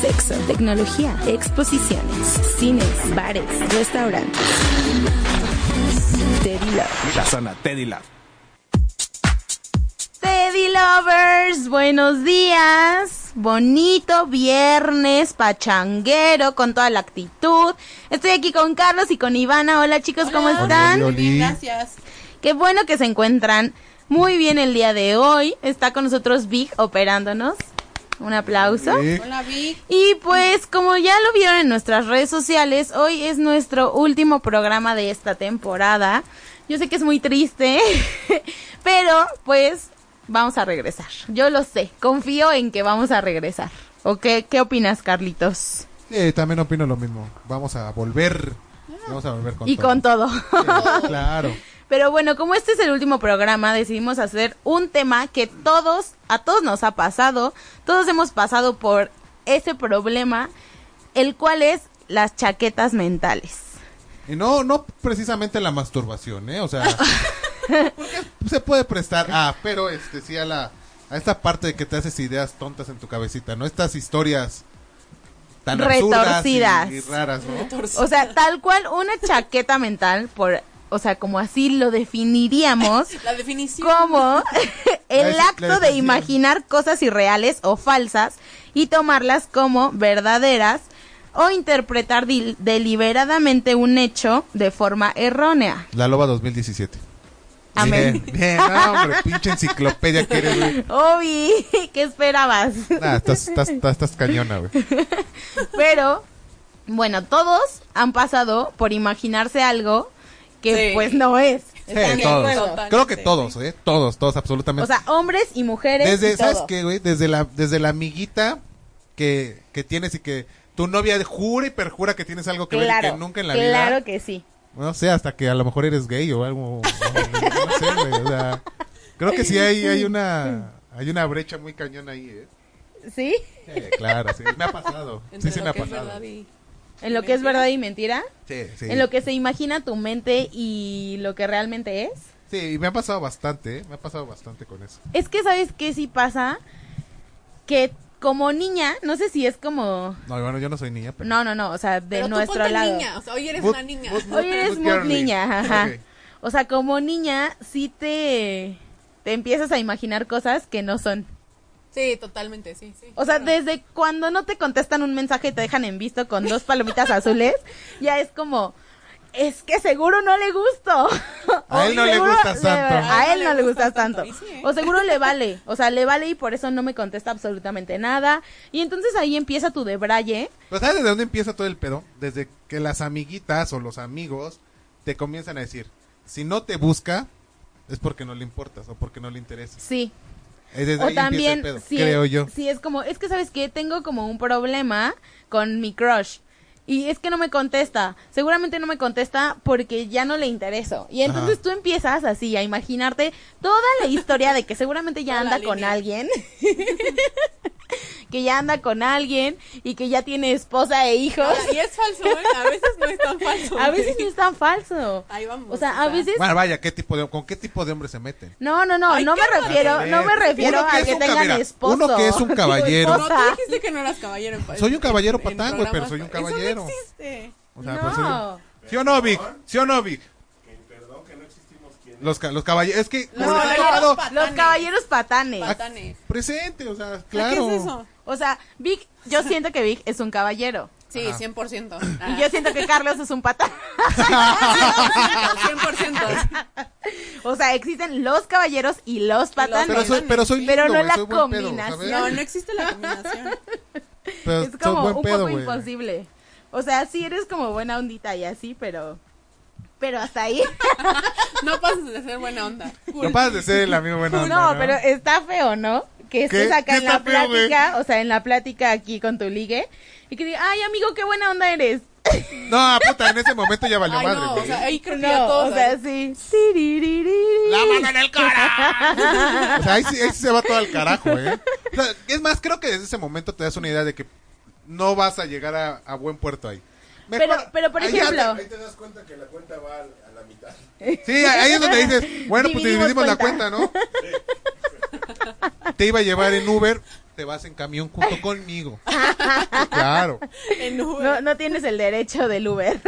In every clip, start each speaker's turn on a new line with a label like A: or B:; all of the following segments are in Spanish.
A: Sexo, tecnología, exposiciones, cines, bares, restaurantes. Teddy Love.
B: La zona Teddy Love.
C: Teddy Lovers, buenos días. Bonito viernes, pachanguero, con toda la actitud. Estoy aquí con Carlos y con Ivana. Hola chicos, ¿cómo están?
A: Gracias.
C: Qué bueno que se encuentran muy bien el día de hoy. Está con nosotros Big operándonos. Un aplauso.
A: Hola, Vic.
C: Y pues como ya lo vieron en nuestras redes sociales, hoy es nuestro último programa de esta temporada. Yo sé que es muy triste, pero pues vamos a regresar. Yo lo sé, confío en que vamos a regresar. ¿O qué, qué opinas, Carlitos?
D: Sí, también opino lo mismo. Vamos a volver. Vamos a volver con
C: y
D: todo.
C: con todo.
D: Sí, claro.
C: Pero bueno, como este es el último programa, decidimos hacer un tema que todos, a todos nos ha pasado, todos hemos pasado por ese problema, el cual es las chaquetas mentales.
D: Y no, no precisamente la masturbación, ¿eh? O sea, porque se puede prestar ah, pero este, sí a la a esta parte de que te haces ideas tontas en tu cabecita, ¿no? Estas historias tan absurdas y,
C: Retorcidas.
D: y raras, ¿no?
C: O sea, tal cual una chaqueta mental, por, o sea, como así lo definiríamos,
E: La definición.
C: como el
D: La deci- la
C: acto de
D: definición.
C: imaginar cosas irreales o falsas y tomarlas como verdaderas o interpretar dil- deliberadamente un hecho de forma errónea.
D: La Loba 2017.
C: Amén.
D: Bien, bien, no, hombre, pinche enciclopedia que eres, güey.
C: Obi, ¿qué esperabas?
D: Nah, estás, estás, estás, estás cañona, güey.
C: Pero, bueno, todos han pasado por imaginarse algo que
E: Sí.
C: pues no es.
D: Sí,
E: Están de
D: todos.
E: acuerdo.
D: Creo que todos, ¿eh? Todos, todos, absolutamente.
C: O sea, hombres y mujeres. y
D: Desde,
C: todo.
D: ¿sabes qué, güey? Desde la, desde la amiguita que, que tienes y que tu novia jura y perjura que tienes algo que ver y que nunca en la
C: claro
D: vida.
C: que sí.
D: No sé, hasta que a lo mejor eres gay o algo. o- no sé, güey. O sea, creo que sí hay, hay una. Hay una brecha muy cañón ahí, ¿eh?
C: ¿Sí?
D: Sí, claro, sí. Me ha pasado.
E: Entre
D: Sí, sí,
E: lo
D: me ha
E: que es
D: pasado.
E: verdad y-
C: En lo que es verdad y mentira.
D: Sí, sí.
C: En lo que se imagina tu mente y lo que realmente es.
D: Sí, y me ha pasado bastante, ¿eh? Me ha pasado bastante con eso.
C: Es que, ¿sabes qué sí pasa? Que como niña, no sé si es como...
D: No, bueno, yo no soy niña, pero.
C: No, no, no, o sea, de
E: Pero tú
C: nuestro
E: ponte
C: lado.
E: niña, o sea, hoy eres
D: But-
E: una niña.
D: but-
C: Hoy eres
D: Good
C: muy
D: girly.
C: niña, ajá.
D: Ok.
C: O sea, como niña sí te te empiezas a imaginar cosas que no son.
E: Sí, totalmente, sí, sí.
C: O sea, desde cuando no te contestan un mensaje y te dejan en visto con dos palomitas azules, ya es como es que seguro no le gusto.
D: A él no le
C: Seguro
D: gusta tanto.
C: A él no le gusta tanto.
E: Y sí, ¿eh?
C: O seguro le vale. O sea, le vale y por eso no me contesta absolutamente nada. Y entonces ahí empieza tu debraye.
D: Pero ¿sabes desde dónde empieza todo el pedo? Desde que las amiguitas o los amigos te comienzan a decir, si no te busca, es porque no le importas o porque no le interesas.
C: Sí.
D: Es desde
C: o
D: ahí empieza el
C: también
D: pedo,
C: si
D: creo
C: es,
D: yo.
C: si es como es que sabes que tengo como un problema con mi crush y es que no me contesta seguramente no me contesta porque ya no le intereso y entonces
D: Ajá.
C: tú empiezas así a imaginarte toda la historia de que seguramente ya
E: Toda la
C: anda con
E: línea.
C: alguien que ya anda con alguien y que ya tiene esposa e hijos
E: Ahora, y es falso, ¿eh? A veces no es tan falso.
C: a veces no
E: güey.
C: es tan falso
E: Ahí vamos,
C: o sea a
E: o sea.
C: veces
D: Bueno, vaya, ¿qué tipo de, ¿con qué tipo de hombre se meten?
C: no no no
E: Ay,
C: no
E: qué
C: me refiero
D: raro.
C: no me refiero
D: Uno que
C: a
D: es
C: que
D: un
C: tengan
D: caballero.
C: esposo
D: Uno que es un
C: Digo,
D: caballero.
E: No,
C: esposa.
E: tú dijiste que no eras caballero. en pa-
D: Soy un caballero
E: en
D: patán, güey, pero
E: programas,
D: soy un
E: pa- eso
D: caballero.
E: no existe.
D: O sea,
C: No.
D: por eso- Ah, pues ¿Sí o no, Vic? ¿Sí o no, Vic? Los, ca- los caballeros, es que como les
E: No,
D: ha
E: no, no,
D: tocado-
E: pa-
C: Los
E: Patanes.
C: caballeros patanes.
D: ah,
E: patanes.
D: presente, o sea,
E: ¿Qué es
D: claro.
E: eso?
C: O sea, Vic, yo siento que Vic es un caballero.
E: Sí,
D: Ajá.
E: 100%.
C: Y yo siento que Carlos es un patán.
E: Ah, 100%.
C: O sea, existen los caballeros y los patanes.
D: Pero soy, pero soy lindo,
C: Pero no
D: güey,
C: la
D: soy buen pedo,
C: combinación.
E: No,
D: ¿sabes?
E: no existe la combinación.
D: Pero
C: es
D: soy
C: como
D: buen
C: un
D: pedo,
C: poco
D: güey.
C: imposible. O sea, sí eres como buena ondita y así, pero... Pero hasta ahí.
E: No pasas de ser buena onda. Cool.
D: No pasas de ser el amigo bueno.
C: no, pero está feo, ¿no? que estés
D: ¿Qué?
C: acá
D: ¿Qué
C: en la
D: está feo, güey?
C: plática, o sea, en la plática aquí con tu ligue, y que diga, ay, amigo, qué buena onda eres.
D: No, puta, en ese momento ya valió
E: Ay,
D: madre,
E: no,
D: güey.
E: o sea, ahí creo que ya
C: No,
E: todos.
C: o sea,
E: ahí-
C: sí. Tiririri.
D: ¡La mano en el cara! O sea, ahí sí, ahí sí se va todo al carajo, ¿eh? O sea, es más, creo que desde ese momento te das una idea de que no vas a llegar a, a buen puerto ahí.
C: Pero- pero, por
D: ahí ya
C: ejemplo-
D: te-
F: Te das cuenta que la cuenta va a la mitad.
D: sí, ahí es donde dices, bueno, pues
C: Dividimos
D: dividimos la
C: cuenta.
D: cuenta, ¿no? Te iba a llevar en Uber, te vas en camión junto conmigo. Claro,
E: En Uber.
D: Pues.
C: No, no tienes el derecho del Uber.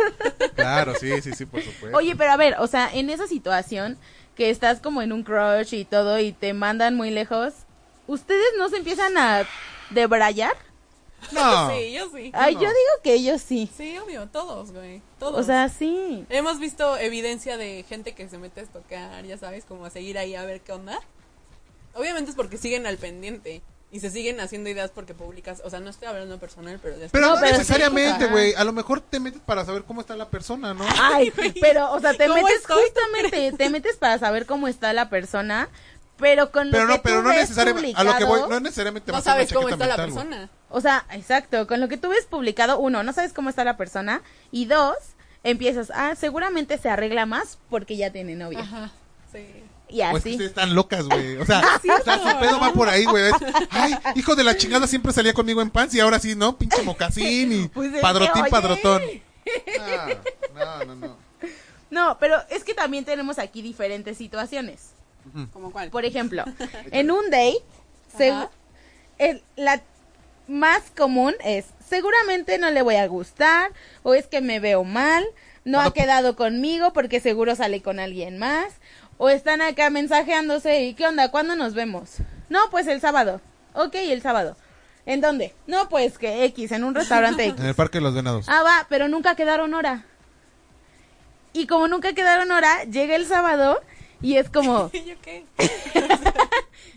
D: claro, sí, sí, sí, por supuesto.
C: Oye, pero a ver, o sea, en esa situación que estás como en un crush y todo y te mandan muy lejos, ¿ustedes no se empiezan a debrayar?
D: no.
E: Sí, yo sí.
C: Ay,
D: no.
C: yo digo que ellos sí.
E: Sí, obvio, todos, güey. Todos.
C: O sea, sí.
E: Hemos visto evidencia de gente que se mete a estocar, ya sabes, como a seguir ahí a ver qué onda. Obviamente es porque siguen al pendiente y se siguen haciendo ideas porque publicas. O sea, no estoy hablando personal, pero ya
D: Pero no,
C: No, pero sí,
D: necesariamente,
C: ajá. Ah,
D: güey. A lo mejor te metes para saber cómo está la persona, ¿no?
C: Ay, pero, o sea, te
E: ¿Cómo
C: metes
E: estoy?
C: justamente, te metes para saber cómo está la persona, pero con
D: Pero
C: lo que
D: no, pero
C: tú
D: no
C: ves
D: necesariamente. A lo que voy,
C: publicado-
D: no necesariamente.
E: no
D: vas a hacer
E: sabes
D: una
E: cómo está
D: chaqueta
E: la
D: mental, güey.
E: persona.
C: O sea, exacto, con lo que tú ves publicado, uno, no sabes cómo está la persona, y dos, empiezas, ah, seguramente se arregla más porque ya tiene novia.
E: Ajá, Pues sí.
C: Y
D: O es que
C: así.
D: ustedes están locas, güey. O sea, o sea, su pedo va por ahí, güey. Es, Ay, hijo de la chingada siempre salía conmigo en pants y ahora sí, ¿no? Pinche mocasín y
C: Pues es que,
D: padrotín,
C: oye.
D: padrotón. Ah, No, no, no, no.
C: No, pero es que también tenemos aquí diferentes situaciones.
D: Mm.
E: ¿Como cuál?
C: Por ejemplo, en un date, segu-
E: Ajá.
C: el- la más común es, seguramente no le voy a gustar, o es que me veo mal, no ha
E: Ah.
D: Cuando-
C: quedado conmigo porque seguro sale con alguien más, o están acá mensajeándose y ¿qué onda? ¿Cuándo nos vemos? No, pues el sábado. Ok, el sábado. ¿En dónde? No, pues que X, en un restaurante X.
D: En el Parque de los Venados.
C: Ah, va, pero nunca quedaron hora. Y como nunca quedaron hora, llega el sábado y es como,
E: ¿Y yo qué?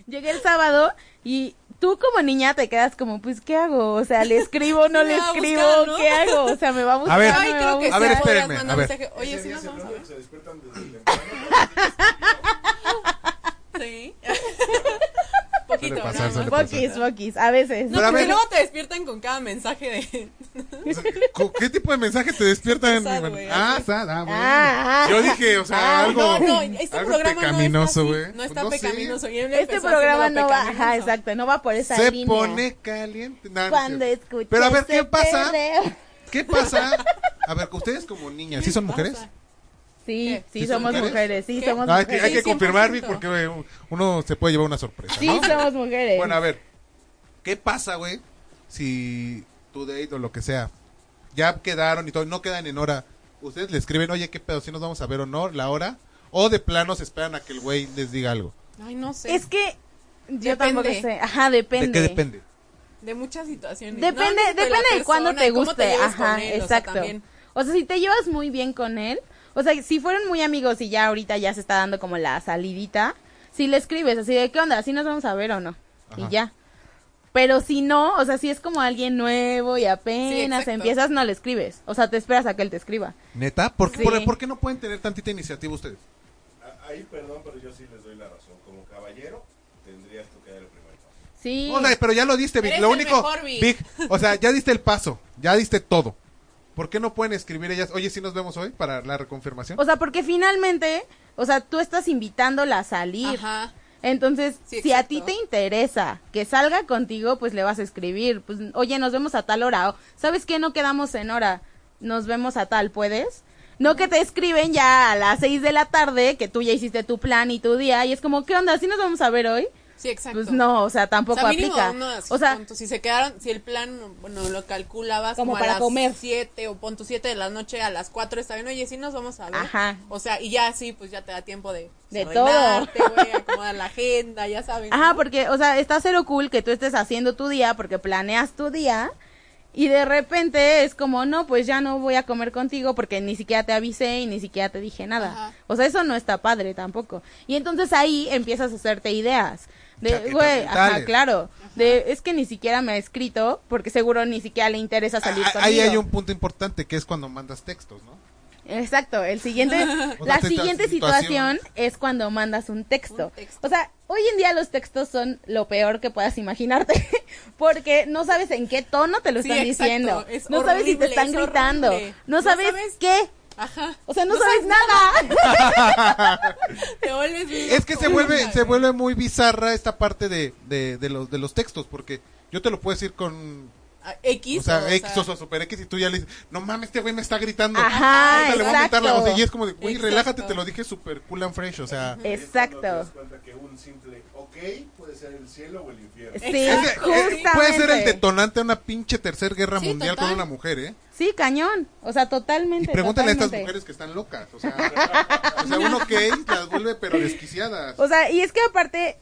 C: llega el sábado y tú como niña te quedas como, pues, ¿qué hago? O sea, ¿le escribo no
E: Me
C: le
E: va a
C: escribo?
E: buscar, ¿no?
C: ¿Qué hago? O sea, ¿me va a buscar?
D: A ver,
C: no
E: Ay,
C: me va
E: creo
D: a
E: que sí
D: ver,
E: podrías
D: espérenme,
E: mandar
D: a ver.
E: mensaje. Oye, sí nos vamos a ver.
F: Se despiertan desde temprano.
E: Sí. Poquito,
D: Suele pasar,
E: nada más.
D: suele pasar.
C: Boquis, boquis, a veces. Ah,
E: No,
D: Pero a
E: porque
D: ver-
E: luego te despiertan con cada mensaje de...
D: O sea, ¿cu- ¿Qué tipo de mensaje te despiertan? en
E: Sad, güey.
D: Ah, sad, ah, bueno.
C: Ah, ah.
D: Yo dije, o sea,
C: Ah,
D: algo.
E: No, no, este
D: algo
E: programa
D: pecaminoso,
E: no
D: güey. Pues
E: está así, No está
D: sé.
E: pecaminoso. y él
C: este
E: empezó
C: programa
E: haciéndolo
C: no va, ajá,
E: pecaminoso.
C: exacto, no va por esa
D: Se
C: línea.
D: pone caliente. No, no es
C: Cuando este
D: cierto.
C: escuché
D: Pero a ver, ¿qué
C: ese
D: pasa?
C: perreo.
D: ¿Qué pasa? A ver, ustedes como niñas, ¿sí son mujeres?
C: Sí,
E: ¿Qué?
C: sí,
D: ¿Sí son
C: somos
D: mujeres?
C: mujeres, sí,
E: ¿Qué?
C: somos
D: Ah, hay que,
C: mujeres.
D: hay que
E: Sí, 100%.
D: confirmar, Vic, porque güey, uno se puede llevar una sorpresa,
C: Sí,
D: ¿no?
C: somos mujeres.
D: Bueno, a ver, ¿qué pasa, güey? Si tu date o lo que sea, ya quedaron y todo, no quedan en hora. Ustedes le escriben, oye, ¿qué pedo? ¿Si nos vamos a ver o no? ¿La hora? ¿O de plano se esperan a que el güey les diga algo?
E: Ay, no sé.
C: Es que yo
E: Depende.
C: tampoco sé. Ajá, depende.
D: ¿De qué depende?
E: De muchas situaciones.
C: Depende,
E: No, no,
C: depende de,
E: la
C: cuándo
E: persona y
C: te
E: cómo
C: guste.
E: lleves
C: Ajá,
E: con él, o sea,
C: exacto.
E: también.
C: O sea, si te llevas muy bien con él, o sea, si fueron muy amigos y ya ahorita ya se está dando como la salidita, si le escribes así de qué onda, si nos vamos a ver o no.
D: Ajá.
C: Y ya. Pero si no, o sea, si es como alguien nuevo y apenas
E: exacto.
C: empiezas, no le escribes. O sea, te esperas a que él te escriba.
D: ¿Neta? ¿Por,
C: Sí.
D: por- por qué no pueden tener tantita iniciativa ustedes?
F: A- Ahí, perdón, pero yo sí les doy la razón. Como caballero, tendrías tú que dar el primer paso.
C: Sí.
D: O sea, pero ya lo diste, Vic.
E: Eres
D: Lo
E: el
D: único,
E: mejor, Vic.
D: Vic, o sea, ya diste el paso, ya diste todo. ¿Por qué no pueden escribir ellas? Oye, si nos vemos hoy para la reconfirmación.
C: O sea, porque finalmente, o sea, tú estás invitándola a salir.
E: Ajá.
C: Entonces,
E: Sí,
C: si a
E: exacto.
C: ti te interesa que salga contigo, pues le vas a escribir, pues, oye, nos vemos a tal hora, o, ¿sabes qué? No quedamos en hora, nos vemos a tal, ¿puedes? No que te escriben ya a las seis de la tarde, que tú ya hiciste tu plan y tu día, y es como, ¿qué onda? ¿Sí nos vamos a ver hoy?
E: Sí, exacto.
C: Pues no, o sea,
E: O
C: tampoco
E: sea, mínimo
C: aplica.
E: unas,
C: o sea,
E: punto, si se quedaron, si el plan, bueno, lo calculabas
C: Como
E: como,
C: para
E: a las
C: comer.
E: 7 o pon tu 7 de la noche a las 4 está bien, oye, sí nos vamos a ver.
C: Ajá.
E: O sea, y ya sí, pues ya te da tiempo de,
C: De
E: pues,
C: todo.
E: arreglarte, güey, acomodar la agenda, ya sabes.
C: Ajá,
E: ¿no?
C: porque, o sea, está cero cool que tú estés haciendo tu día porque planeas tu día y de repente es como, no, pues ya no voy a comer contigo porque ni siquiera te avisé y ni siquiera te dije nada.
E: Ajá.
C: O sea, eso no está padre tampoco. Y entonces ahí empiezas a hacerte ideas. De,
D: Chaquetas
C: güey, ajá,
D: mentales.
C: claro. De, es que ni siquiera me ha escrito porque seguro ni siquiera le interesa salir
D: Ah,
C: conmigo.
D: Ahí hay un punto importante que es cuando mandas textos, ¿no?
C: Exacto, el siguiente,
D: O
C: la
D: sea, te-
C: siguiente
D: situación.
C: situación es cuando mandas un texto.
E: Un texto.
C: O sea, hoy en día los textos son lo peor que puedas imaginarte, porque no sabes en qué tono te lo
E: Sí,
C: están
E: exacto,
C: diciendo,
E: es
C: no sabes si te
E: horrible,
C: están
E: es
C: gritando,
E: horrible.
C: no
E: No
C: sabes,
E: sabes-
C: qué,
E: Ajá.
C: o sea, no, sabes, nada.
E: Te vuelves bien
D: Es que se
E: loco.
D: vuelve, se vuelve muy bizarra esta parte de, de, de los, de los textos, porque yo te lo puedo decir con
E: Ah, X.
D: o sea, X o sea, super X y tú ya le dices, no mames, este güey me está gritando.
C: Ajá,
D: Ahorita le voy a aumentar la
C: exacto.
D: voz. Y es como de, güey,
E: Exacto.
D: relájate, te lo dije super cool and fresh, o sea.
C: Exacto.
F: cuenta que un simple ok puede ser el cielo o el infierno.
C: Sí,
D: ese- eh,
C: justamente.
D: puede ser el detonante de una pinche tercera guerra
E: Sí,
D: mundial
E: total.
D: con una mujer, ¿eh?
C: Sí, cañón, o sea,
D: Y
C: totalmente.
D: pregúntale a estas
C: totalmente.
D: mujeres que están locas. O sea, o sea uno que las vuelve pero desquiciadas.
C: O sea, y es que aparte,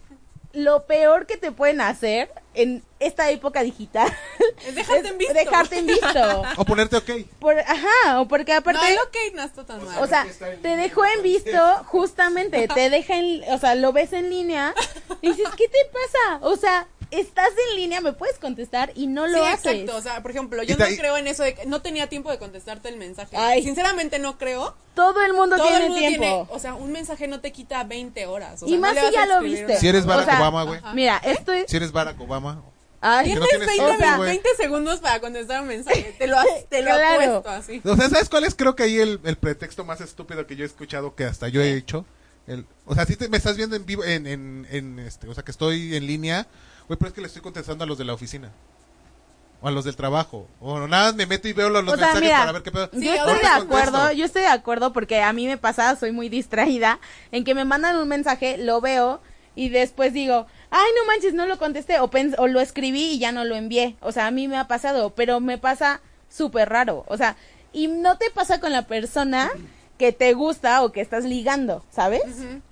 C: lo peor que te pueden hacer en esta época digital
E: Es dejarte en visto.
C: Dejarte en visto.
D: O ponerte ok.
C: Por, ajá, o porque
E: No,
C: aparte,
E: el ok no está tan mal.
C: o sea, te dejó en visto justamente, te deja en, o sea, lo ves en línea y dices, ¿qué te pasa? O sea, estás en línea, me puedes contestar y no lo
E: sí,
C: haces.
E: exacto. O sea, por ejemplo, yo
D: Y ta-
E: no
D: y-
E: creo en eso de que no tenía tiempo de contestarte el mensaje.
C: Ay.
E: Sinceramente no creo.
C: Todo el mundo
E: Todo
C: tiene
E: el mundo
C: tiempo.
E: tiene, o sea, un mensaje no te quita 20 horas. O
C: Y
E: sea, no
C: más
E: le
C: si
E: vas
C: ya
E: a
C: lo
E: escribir
C: viste.
E: una-
D: Si eres
C: O
D: Barack
C: sea,
D: Obama, güey.
C: Mira, esto es...
D: Si eres Barack Obama.
C: Ay,
D: Que
E: Tienes
D: no tienes
E: 20,
D: tiempo,
E: mira,
D: güey.
E: 20 segundos para contestar un mensaje. Te lo, te lo
C: Claro.
E: apuesto así.
D: O sea, ¿sabes cuál es? Creo que ahí el, el pretexto más estúpido que yo he escuchado que hasta yo he hecho. El, o sea, si te, me estás viendo en vivo, en, en, en este, o sea, que estoy en línea, güey, pero es que le estoy contestando a los de la oficina. O a los del trabajo. O nada, me meto y veo los, los
C: O sea,
D: mensajes
C: mira,
D: para ver qué pedo.
C: yo estoy
E: ahora
C: de
D: les contesto.
C: acuerdo, yo estoy de acuerdo porque a mí me pasa, soy muy distraída, en que me mandan un mensaje, lo veo y después digo, ay, no manches, no lo contesté o, pens- o lo escribí y ya no lo envié. O sea, a mí me ha pasado, pero me pasa súper raro. O sea, y no te pasa con la persona que te gusta o que estás ligando, ¿sabes?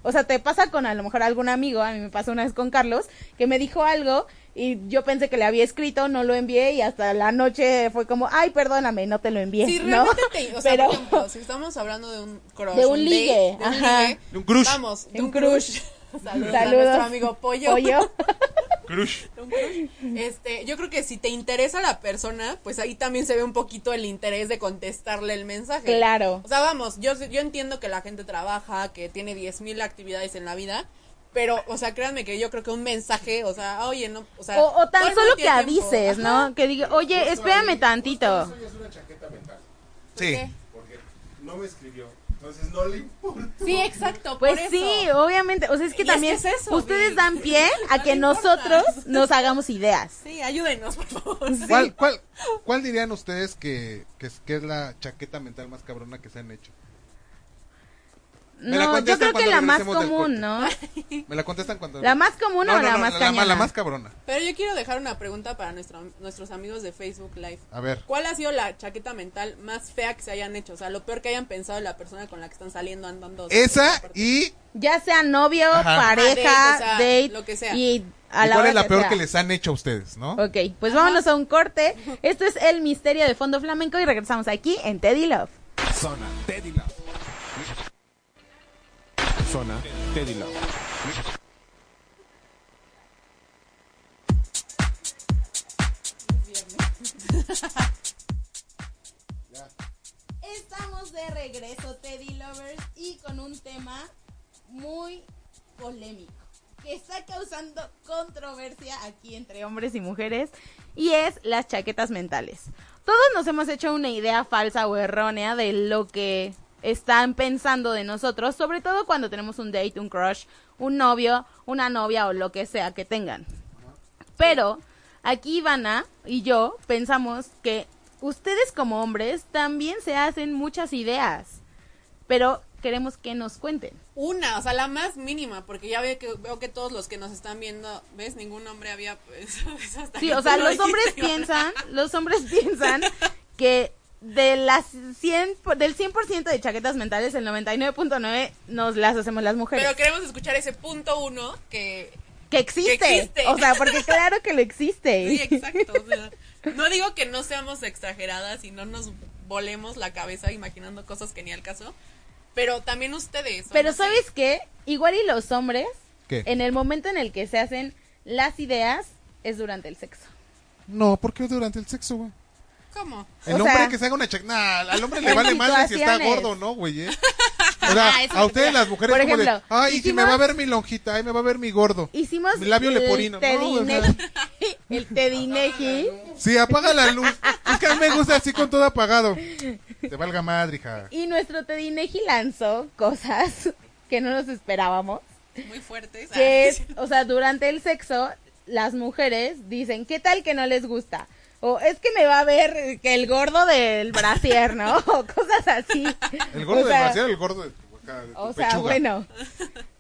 C: O sea, te pasa con a lo mejor algún amigo, a mí me pasó una vez con Carlos, que me dijo algo y yo pensé que le había escrito, no lo envié y hasta la noche fue como, ay, perdóname, no te lo envié.
E: Si
C: ¿no?
E: realmente te, o sea,
C: Pero-
E: por ejemplo, si estamos hablando de un crush,
C: De un
E: date,
C: ligue,
E: de un
C: ajá.
E: ligue,
D: De un crush.
E: Vamos, de
C: Un
E: un
C: crush.
E: crush. Saludos, a
C: Saludos.
E: nuestro amigo Pollo.
C: Pollo.
D: Crush.
E: De un crush. Este, yo creo que si te interesa la persona, pues ahí también se ve un poquito el interés de contestarle el mensaje.
C: Claro.
E: O sea, vamos, yo, yo entiendo que la gente trabaja, que tiene 10.000 actividades en la vida, pero, o sea, créanme que yo creo que un mensaje, o sea, oye, no, o sea...
C: O, o
E: todo
C: tan
E: el mundo
C: solo que
E: tiene tiempo.
C: avises,
E: Ajá.
C: ¿no? Que diga, oye, espérame tantito.
F: Eso ya es una chaqueta mental,
D: Sí.
F: porque no me escribió, entonces no le importa.
E: Sí, exacto,
C: Pues
E: por eso.
C: sí, obviamente. O sea, es que
E: Y es
C: también
E: que es eso,
C: ustedes
E: Vic.
C: dan pie a
E: No
C: que
E: le
C: nosotros
E: importas.
C: nos hagamos ideas.
E: Sí, ayúdenos, por favor.
D: ¿Cuál, cuál, ¿Cuál dirían ustedes que, que, es- que es la chaqueta mental más cabrona que se han hecho? Me
C: No,
D: la
C: yo
D: contestan
C: creo que
D: cuando
C: la más
D: regresemos del
C: común,
D: corte.
C: ¿no?
D: Me la contestan cuando...
C: ¿La más común
D: No,
C: o
D: no,
C: la
D: no,
C: más
D: la,
C: cañona?
D: la más cabrona.
E: Pero yo quiero dejar una pregunta para nuestro- nuestros amigos de Facebook Live.
D: A ver.
E: ¿Cuál ha sido la chaqueta mental más fea que se hayan hecho? O sea, lo peor que hayan pensado de la persona con la que están saliendo, andando.
D: Esa y...
C: Ya sea novio,
D: Ajá.
C: pareja,
E: Ah, date, o sea,
C: date,
E: lo que sea.
C: y a
D: ¿y
C: la
D: ¿Cuál
C: hora
D: es la peor
C: sea.
D: que les han hecho a ustedes, no?
C: Ok, pues vámonos a un corte. Esto es El Misterio de Fondo Flamenco y regresamos aquí en Teddy Love.
G: Zona Teddy Love. Zona Teddy Love.
C: Estamos de regreso, Teddy Lovers, y con un tema muy polémico que está causando controversia aquí entre hombres y mujeres y es las chaquetas mentales. Todos nos hemos hecho una idea falsa o errónea de lo que están pensando de nosotros, sobre todo cuando tenemos un date, un crush, un novio, una novia o lo que sea que tengan. Pero aquí Ivana y yo pensamos que ustedes como hombres también se hacen muchas ideas, pero queremos que nos cuenten.
E: Una, o sea, la más mínima, porque ya veo que, veo que todos los que nos están viendo, ¿ves? Ningún hombre había pensado eso hasta
C: Sí,
E: que
C: o
E: tú
C: sea,
E: lo
C: los
E: dijiste,
C: hombres
E: Ivana.
C: piensan, los hombres piensan que de las 100, po- del 100% de chaquetas mentales, el 99.9 nos las hacemos las mujeres.
E: Pero queremos escuchar ese punto uno que...
C: que, existe.
E: que existe.
C: O sea, porque claro que lo existe.
E: Sí, exacto. o sea, no digo que no seamos exageradas y no nos volemos la cabeza imaginando cosas que ni al caso, pero también ustedes. o
C: Pero
E: no sé.
C: ¿sabes qué? Igual y los hombres,
D: ¿Qué?
C: en el momento en el que se hacen las ideas, es durante el sexo.
D: No, porque es durante el sexo, güey.
E: ¿Cómo?
D: El
C: O
D: hombre
C: sea-
D: que se haga una check. Nah, al hombre le
C: En
D: vale más si está
C: situaciones.
D: gordo o no, güey. ¿eh? O sea,
C: Ah, eso
D: a
C: me
D: ustedes
C: queda.
D: las mujeres
C: Por
D: como de,
C: ejemplo,
D: ay, si me
C: hicimos-
D: va a ver mi lonjita, ay, me va a ver mi gordo.
C: Hicimos
D: Mi labio
C: el
D: leporino, ¿no?
C: Tedineji. El Tedineji.
D: Sí, apaga la luz. Es que a mí me gusta así con todo apagado. Te valga madre, hija.
C: Y nuestro Tedineji lanzó cosas que no nos esperábamos.
E: Muy fuertes.
C: que es, o sea, durante el sexo, las mujeres dicen, ¿qué tal que no les gusta? O es que me va a ver eh, que el gordo del brasier, ¿no? O cosas así.
D: El gordo
C: O sea,
D: de Maciel, el gordo de tu, acá, de tu
C: O sea,
D: pechuga.
C: bueno.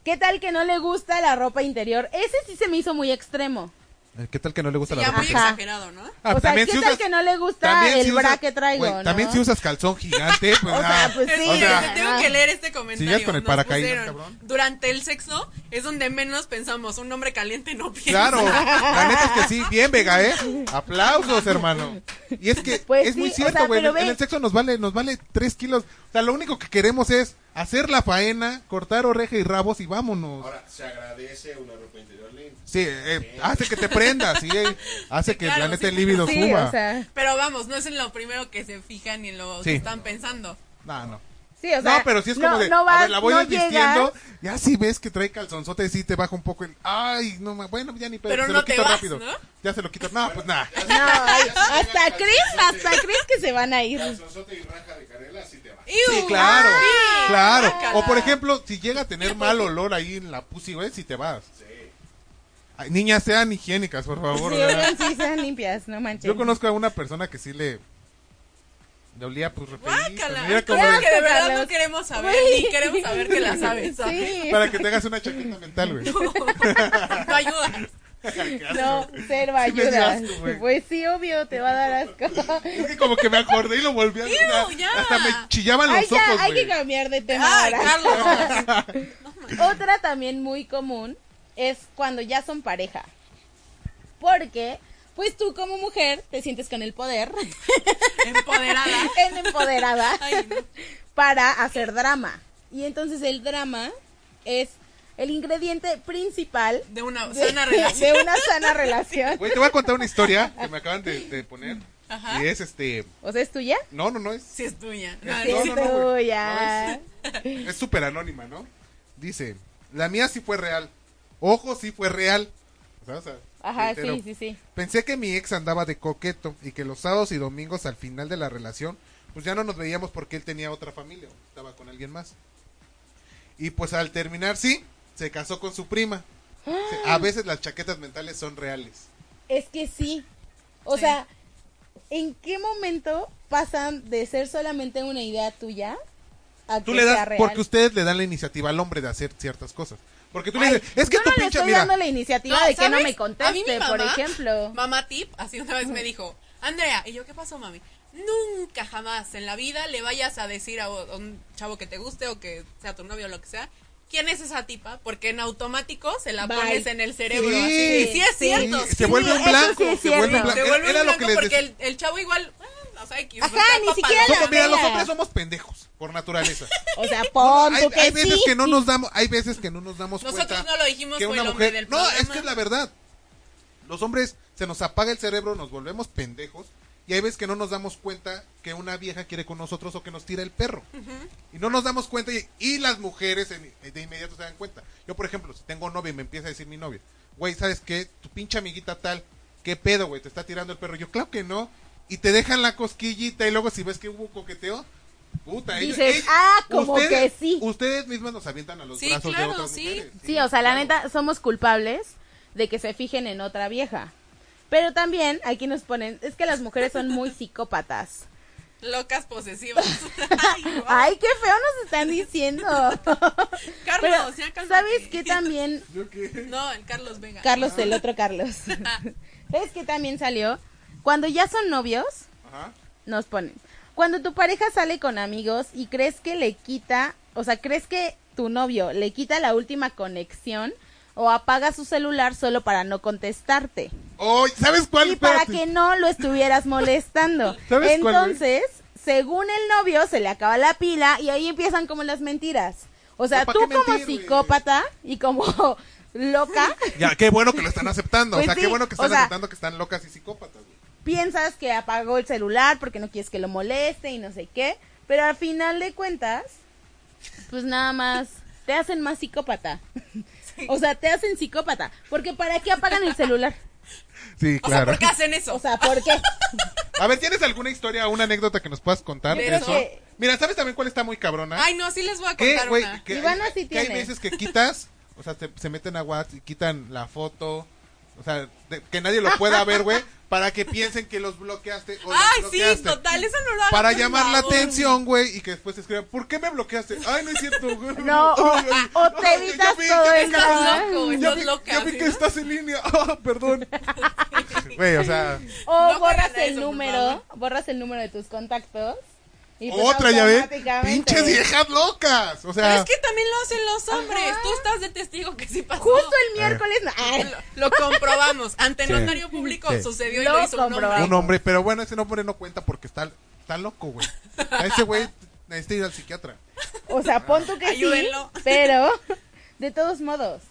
C: ¿Qué tal que no le gusta la ropa interior? Ese sí se me hizo muy extremo.
D: Eh, ¿Qué tal que no le gusta
E: ya
D: la
E: muy
D: ropa?
C: Ajá.
E: exagerado, ¿no?
D: Ah,
C: o sea, ¿qué
D: también si
C: tal
D: usas-
C: que no le gusta
D: también
C: el
D: si
C: bra
D: usas-
C: que traigo?
D: güey,
C: ¿no?
D: También si usas calzón gigante, pues,
C: O sea,
D: ah,
C: pues sí,
E: Sí,
D: o sea,
E: te tengo que leer este comentario.
D: ¿Sigues con el
E: Nos
D: paracaídas,
E: pusieron,
D: cabrón?
E: Durante el sexo es donde menos pensamos. Un hombre caliente no piensa.
D: Claro, la neta es que sí, bien Vega, ¿eh? Aplausos, hermano. Y es que
C: Pues
D: es muy
C: sí, o
D: cierto,
C: sea,
D: güey,
C: pero
D: en
C: ve-
D: el sexo nos vale nos vale tres kilos. O sea, lo único que queremos es hacer la faena, cortar oreja y rabos y vámonos.
H: Ahora, se agradece una ropa interior linda.
D: Sí, eh, hace que te prendas, sí, eh, hace
E: Sí,
D: que
E: claro,
D: la neta
E: sí.
D: el líbido
C: Sí,
D: suba.
C: o sea,
E: Pero vamos, no es en lo primero que se fijan ni en lo
D: Sí.
E: que están pensando.
D: No, no.
C: sí, o sea,
D: no, pero sí es como
C: no-
D: de,
C: no
D: a
C: vas-
D: ver, la voy
C: no
D: desvistiendo,
C: llegas.
D: ya si ves que trae calzonzote, sí te baja un poco el, ay, no, ma- bueno, ya ni pedo,
E: Pero
D: se
E: no
D: lo
E: te
D: quito
E: vas,
D: rápido.
E: ¿no?
D: Ya se lo quito, no, pues nada.
C: No, ay, hasta crees, hasta crees que se van a ir.
H: Sosote y raja de canela, así te va.
D: Sí,
E: ¡Iu! ¡Ah!
D: claro,
E: Sí,
D: claro.
E: guácala.
D: O por ejemplo, si llega a tener mal olor ahí en la pussy, güey, si te vas. Ay, niñas, sean higiénicas, por favor.
C: Sí,
D: o sea,
C: oigan, sí, sean limpias, no manches.
D: Yo conozco a una persona que sí le... Le olía, pues, repelito.
E: Guácala.
D: ¿no? Era como
E: Claro
D: de-
E: que de verdad
C: Carlos.
E: no queremos saber
C: Güey.
E: ni queremos saber que la sabes. ¿sabes?
C: Sí.
D: para que te hagas una chaqueta mental, güey.
E: No ayuda.
C: No, cero
D: Sí me dio
C: ayuda.
D: asco, güey.
C: pues sí, obvio, te va a dar asco.
D: Es que como que me acordé y lo volví a
E: Ew,
D: hacer.
E: ya.
D: Hasta me chillaban los
C: Ay, ya,
D: ojos,
C: hay
D: güey.
C: que cambiar de tema
E: Ay,
C: ahora.
E: Carlos.
C: Otra también muy común es cuando ya son pareja. Porque, pues tú como mujer te sientes con el poder,
E: Empoderada.
C: en empoderada,
E: Ay, no.
C: para hacer drama. Y entonces el drama es el ingrediente principal
E: De una
C: de,
E: sana relación.
C: de una sana relación.
D: Güey, te voy a contar una historia que me acaban de, de poner.
E: Ajá.
D: Y es este...
C: O sea, ¿es tuya?
D: No, no, no, es
E: Si es tuya. No,
D: No,
C: Sí,
D: no,
C: es
D: no, güey.
C: tuya.
D: Es súper anónima, ¿no? Dice, la mía sí fue real. Ojo, sí fue real. O sea, o sea,
C: Ajá,
D: reitero.
C: sí, sí, sí.
D: Pensé que mi ex andaba de coqueto y que los sábados y domingos al final de la relación, pues ya no nos veíamos porque él tenía otra familia, o estaba con alguien más. Y pues al terminar, sí, se casó con su prima.
C: ¡Ah!
D: Dice, A veces las chaquetas mentales son reales.
C: Es que sí. O
E: Sí.
C: sea, ¿en qué momento pasan de ser solamente una idea tuya a
D: Tú
C: que
D: le das,
C: sea real?
D: porque ustedes le dan la iniciativa al hombre de hacer ciertas cosas. Porque tú
C: Ay,
D: le dices, es que
C: yo
D: tu
C: no le
D: pinche,
C: estoy
D: mira,
C: dando la iniciativa de que no me
E: ¿sabes? A mí
C: conteste,
E: mi
C: por
E: mamá,
C: ejemplo.
E: Mamá tip, así una vez me dijo, Andrea, ¿y yo qué pasó, mami? Nunca jamás en la vida le vayas a decir a o- a un chavo que te guste o que sea tu novio o lo que sea, ¿quién es esa tipa? Porque en automático se la
C: Bye.
E: pones en el cerebro.
D: Sí,
E: así. Y sí es
D: sí,
E: cierto.
D: se
E: sí,
D: vuelve
E: sí,
D: un
E: eso
D: blanco,
C: sí es
D: se vuelve un
C: cierto.
D: blanco.
E: Se vuelve
D: Era
E: un
D: lo que
E: blanco
D: les
E: porque
D: decía.
E: el, el chavo igual, ah, o sea, X,
C: Ajá,
E: está
C: ni
E: papá,
C: siquiera
E: ¿no?
D: Somos- mira, los
C: Vela.
D: hombres somos pendejos por naturaleza.
C: O sea, pon
D: hay,
C: tú que
D: hay veces
C: sí.
D: que no nos damos, hay veces que no nos damos
E: Nosotros
D: cuenta
E: no lo dijimos,
D: que
E: fue
D: una
E: el hombre
D: mujer.
E: del
D: No, es
E: programa.
D: que es la verdad. Los hombres se nos apaga el cerebro, nos volvemos pendejos y hay veces que no nos damos cuenta que una vieja quiere con nosotros o que nos tira el perro. Y no nos damos cuenta y, y las mujeres en- de inmediato se dan cuenta. Yo, por ejemplo, si tengo novia y me empieza a decir mi novia, güey, ¿sabes qué? Tu pinche amiguita tal, ¿qué pedo, güey? Te está tirando el perro. Yo, claro que no. Y te dejan la cosquillita y luego si ves que hubo coqueteo, puta. ellos-
C: Dices,
D: ellos-
C: "Ah, como
D: ustedes-
C: que sí".
D: Ustedes mismas nos avientan a los
E: Sí,
D: brazos
E: claro,
D: de otras
E: sí.
D: mujeres.
C: Sí, o sea, la
D: claro.
C: neta, somos culpables de que se fijen en otra vieja. Pero también, aquí nos ponen, es que las mujeres son muy psicópatas.
E: Locas posesivas. Ay, guau.
C: Ay, qué feo nos están diciendo. Pero,
E: Carlos, ya cálmate.
C: ¿sabes qué también
E: No, el Carlos Vega.
C: Carlos, el otro Carlos. ¿Sabes qué también salió? Cuando ya son novios,
D: Ajá.
C: nos ponen. Cuando tu pareja sale con amigos y crees que le quita, o sea, crees que tu novio le quita la última conexión o apaga su celular solo para no contestarte.
D: Oh, ¿sabes cuál?
C: Y para
D: Espérate.
C: que no lo estuvieras molestando.
D: ¿Sabes cuál, güey?
C: Entonces, según el novio, se le acaba la pila y ahí empiezan como las mentiras. O sea,
D: No, ¿pa'
C: tú
D: qué
C: como
D: mentir, güey?
C: psicópata y como loca,
D: Ya, qué bueno que lo están aceptando. o
C: Pues
D: sea,
C: sí,
D: qué bueno que
C: o
D: están
C: sea-
D: aceptando que están locas y psicópatas. güey.
C: piensas que apagó el celular porque no quieres que lo moleste y no sé qué, pero al final de cuentas, pues nada más te hacen más psicópata. O sea, te hacen psicópata, porque ¿para qué apagan el celular?
D: Sí,
E: O sea,
D: claro.
E: ¿por qué hacen eso?
C: O sea, ¿por qué?
D: A ver, ¿tienes alguna historia o una anécdota que nos puedas contar?
E: Yo
D: de
E: creo
D: eso?
C: que-
D: Mira, ¿sabes también cuál está muy cabrona?
E: Ay, no, sí les voy a
D: ¿Qué,
E: contar
D: güey?
E: una.
D: Que,
C: Ivana sí
D: que hay
C: tiene.
D: veces que quitas, o sea, te- se meten a WhatsApp y quitan la foto, o sea, de- que nadie lo pueda ver, güey, para que piensen que los bloqueaste o los
E: Ay, sí,
D: bloqueaste.
E: total, eso no lo hagan,
D: Para
E: por
D: llamar la
E: favor.
D: atención, güey, y que después te escriban, ¿por qué me bloqueaste? Ay, no es cierto, güey.
C: No, o,
D: Ay, ay,
C: o
D: ay,
C: te
D: yo
C: evitas
D: vi-
C: todo
D: yo vi-
C: el
E: Estás
C: drama.
E: loco,
D: Yo
E: estás
D: vi,
E: loca.
D: yo vi
E: ¿sí?
D: que estás en línea. Ah, perdón. Güey, o sea,
C: O
E: No jueguen
C: borras
E: a
C: el
E: eso, por
C: número, borras el número de tus contactos. y pues
D: otra, ya ves.
C: automáticamente-
D: Pinches viejas locas. O sea,
E: Pero es que también lo hacen los hombres. Tú estás de testigo que sí pasó.
C: Justo el miércoles. no- Ay,
E: Lo, lo comprobamos. Ante
D: Sí.
E: notario público
D: Sí.
E: sucedió y
C: Lo
E: lo hizo un hombre.
C: comprobamos.
D: un hombre, pero bueno, ese hombre no cuenta porque está, está loco, güey. A ese güey necesita ir al psiquiatra.
C: o sea, pon tú que
E: Ayúdenlo.
C: sí, pero de todos modos.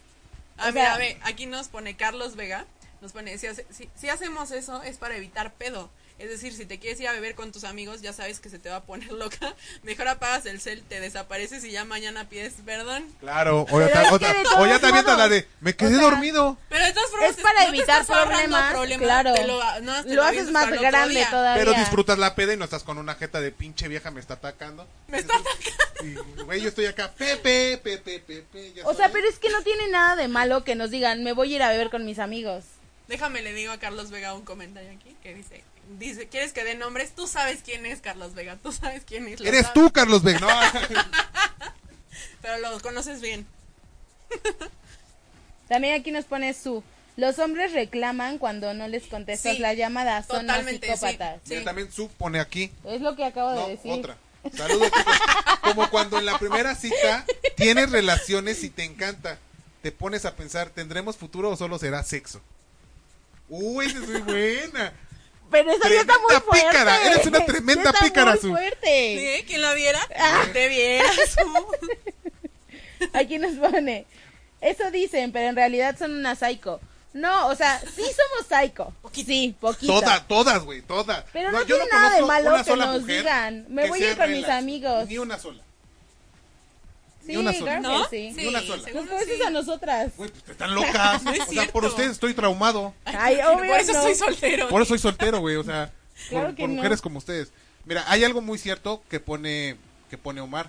E: A
C: O
E: ver,
C: sea-
E: a ver, aquí nos pone Carlos Vega, nos pone, si, hace- si- si hacemos eso es para evitar pedo. Es decir, si te quieres ir a beber con tus amigos, ya sabes que se te va a poner loca. Mejor apagas el cel, te desapareces y ya mañana pides perdón.
D: Claro, o
C: Pero
D: ya,
C: es
D: ta- o
C: que
D: ta-
C: de
D: o
C: todos
D: ya también
C: modos,
D: la de, me quedé
C: o sea,
D: dormido.
E: Pero de todas formas,
C: Es para
E: no te
C: evitar
E: estás ahorrando
C: problemas, claro.
E: te lo, no, te
C: lo,
E: lo
C: haces
E: avientas
C: más
E: para el otro
C: grande
E: día.
C: todavía.
D: Pero disfrutas la peda y no estás con una jeta de pinche vieja me está atacando.
E: Me está atacando.
D: Y, güey, yo estoy acá, pepe, pepe, pepe. ya
C: O sea,
D: sabes.
C: pero es que no tiene nada de malo que nos digan, me voy a ir a beber con mis amigos.
E: Déjame le digo a Carlos Vega un comentario aquí que dice, dice, ¿quieres que dé nombres? Tú sabes quién es Carlos Vega, tú sabes quién es. lo
D: Eres
E: sabes.
D: tú, Carlos Beck. No,
E: Pero lo conoces bien.
C: También aquí nos pone su. Los hombres reclaman cuando no les contestas
E: Sí,
C: la llamada, son más
E: totalmente, sí.
C: psicópatas.
E: Sí.
D: Mira, también supone aquí.
C: Es lo que acabo
D: No,
C: de decir.
D: otra. Saludos, chicos. Como cuando en la primera cita tienes relaciones y te encanta. Te pones a pensar, ¿tendremos futuro o solo será sexo? Uy, esa es muy buena.
C: Pero esa ya está
D: Tremenda
C: muy fuerte.
D: pícara, eres una
C: Ya
D: tremenda
C: está
D: pícara,
C: muy
D: Su.
C: fuerte.
E: ¿Sí? ¿Quién la viera?
C: Ah.
E: Te vieras. uh.
C: Aquí nos pone. Eso dicen, pero en realidad son una psycho. No, o sea, sí somos psycho. Sí, poquito.
D: Todas, todas, güey, todas.
C: Pero no tiene nada de
D: conozco
C: malo
D: una
C: que
D: sola
C: nos
D: mujer
C: digan, me
D: que
C: voy a ir
D: sea
C: con mis
D: relax,
C: amigos.
D: Ni una sola.
C: Sí,
D: Ni una sola.
C: claro
E: ¿No?
C: que sí.
D: Ni una sola.
C: Nos
E: seguro
C: conoces
E: sí.
C: a nosotras.
D: Güey, pues están locas.
E: No es
D: o sea, por
E: cierto.
D: ustedes estoy traumado.
C: Ay, obvio
E: Por eso
C: no.
E: soy soltero.
D: Por eso soy soltero, güey, o sea,
C: Claro
D: por,
C: que
D: por
C: no.
D: mujeres como ustedes. Mira, hay algo muy cierto que pone que pone Omar.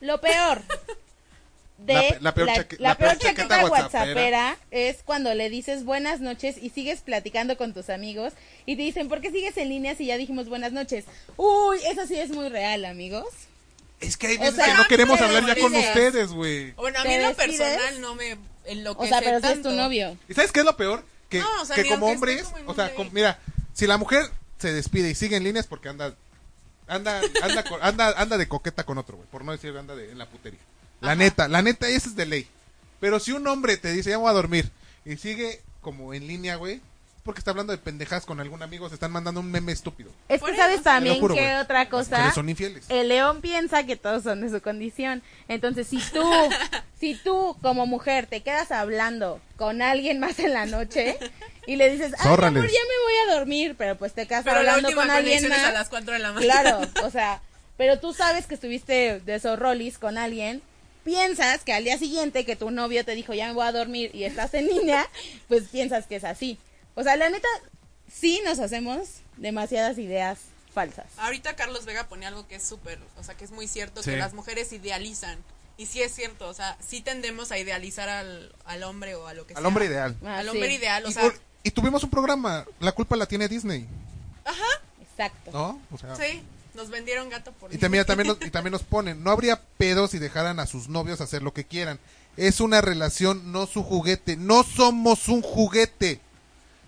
C: Lo peor. De
D: La
C: la,
D: pe- la peor
C: la
D: chaque-
C: la peor chaqueta
D: whatsappera.
C: whatsappera es cuando le dices buenas noches y sigues platicando con tus amigos y te dicen, ¿por qué sigues en línea si ya dijimos buenas noches? Uy, eso sí es muy real, amigos.
D: Es que hay
C: O
D: veces
C: sea,
D: que no queremos
C: pero
D: hablar ya con
C: dices-
D: ustedes, güey.
E: Bueno, a
C: ¿Te
E: mí en lo
C: despides?
E: personal no me enloquece
C: O sea, pero si es tu
E: tanto.
C: novio.
D: ¿Y sabes qué es lo peor? Que,
E: No, o sea,
D: que
E: ni
D: como
E: aunque
D: hombres,
E: esté como en
D: o
E: un
D: sea,
E: date.
D: com- mira, si la mujer se despide y sigue en líneas porque anda anda anda co- anda, anda de coqueta con otro, güey, por no decir anda de, en la putería. La neta, la neta esa es de ley. Pero si un hombre te dice, "Ya me voy a dormir" y sigue como en línea, güey, porque está hablando de pendejas con algún amigo, se están mandando un meme estúpido.
C: Es
E: Por
C: que
E: eso.
C: sabes
E: Te lo
C: también
D: juro,
C: que
D: güey.
C: otra
D: Que
C: cosa.
D: son infieles.
C: El león piensa que todos son de su condición. Entonces, si tú, si tú como mujer te quedas hablando con alguien más en la noche y le dices, ay, mi amor, ya me
D: Zórrales.
C: voy a dormir, pero pues te quedas
E: Pero la
C: hablando
E: última
C: con alguien
E: conexión es
C: más.
E: a las 4 de la mañana.
C: Claro, o sea, pero tú sabes que estuviste de zorrolis con alguien, piensas que al día siguiente que tu novio te dijo ya me voy a dormir y estás en línea, pues piensas que es así. O sea, la neta, sí nos hacemos demasiadas ideas falsas.
E: Ahorita Carlos Vega pone algo que es súper, o sea, que es muy cierto,
D: Sí.
E: que las mujeres idealizan. Y sí es cierto, o sea, sí tendemos a idealizar al, al hombre o a lo que sea.
D: Al hombre ideal.
C: Ah,
E: Al
C: sí,
E: hombre ideal, o
D: Y,
E: sea,
D: por- y tuvimos un programa, la culpa la tiene Disney,
C: Exacto.
D: ¿no? O sea,
E: sí, nos vendieron gato por...
D: Ah. Y también, también, nos, y también nos ponen, no habría pedos si dejaran a sus novios hacer lo que quieran. Es una relación, no su juguete. No somos un juguete.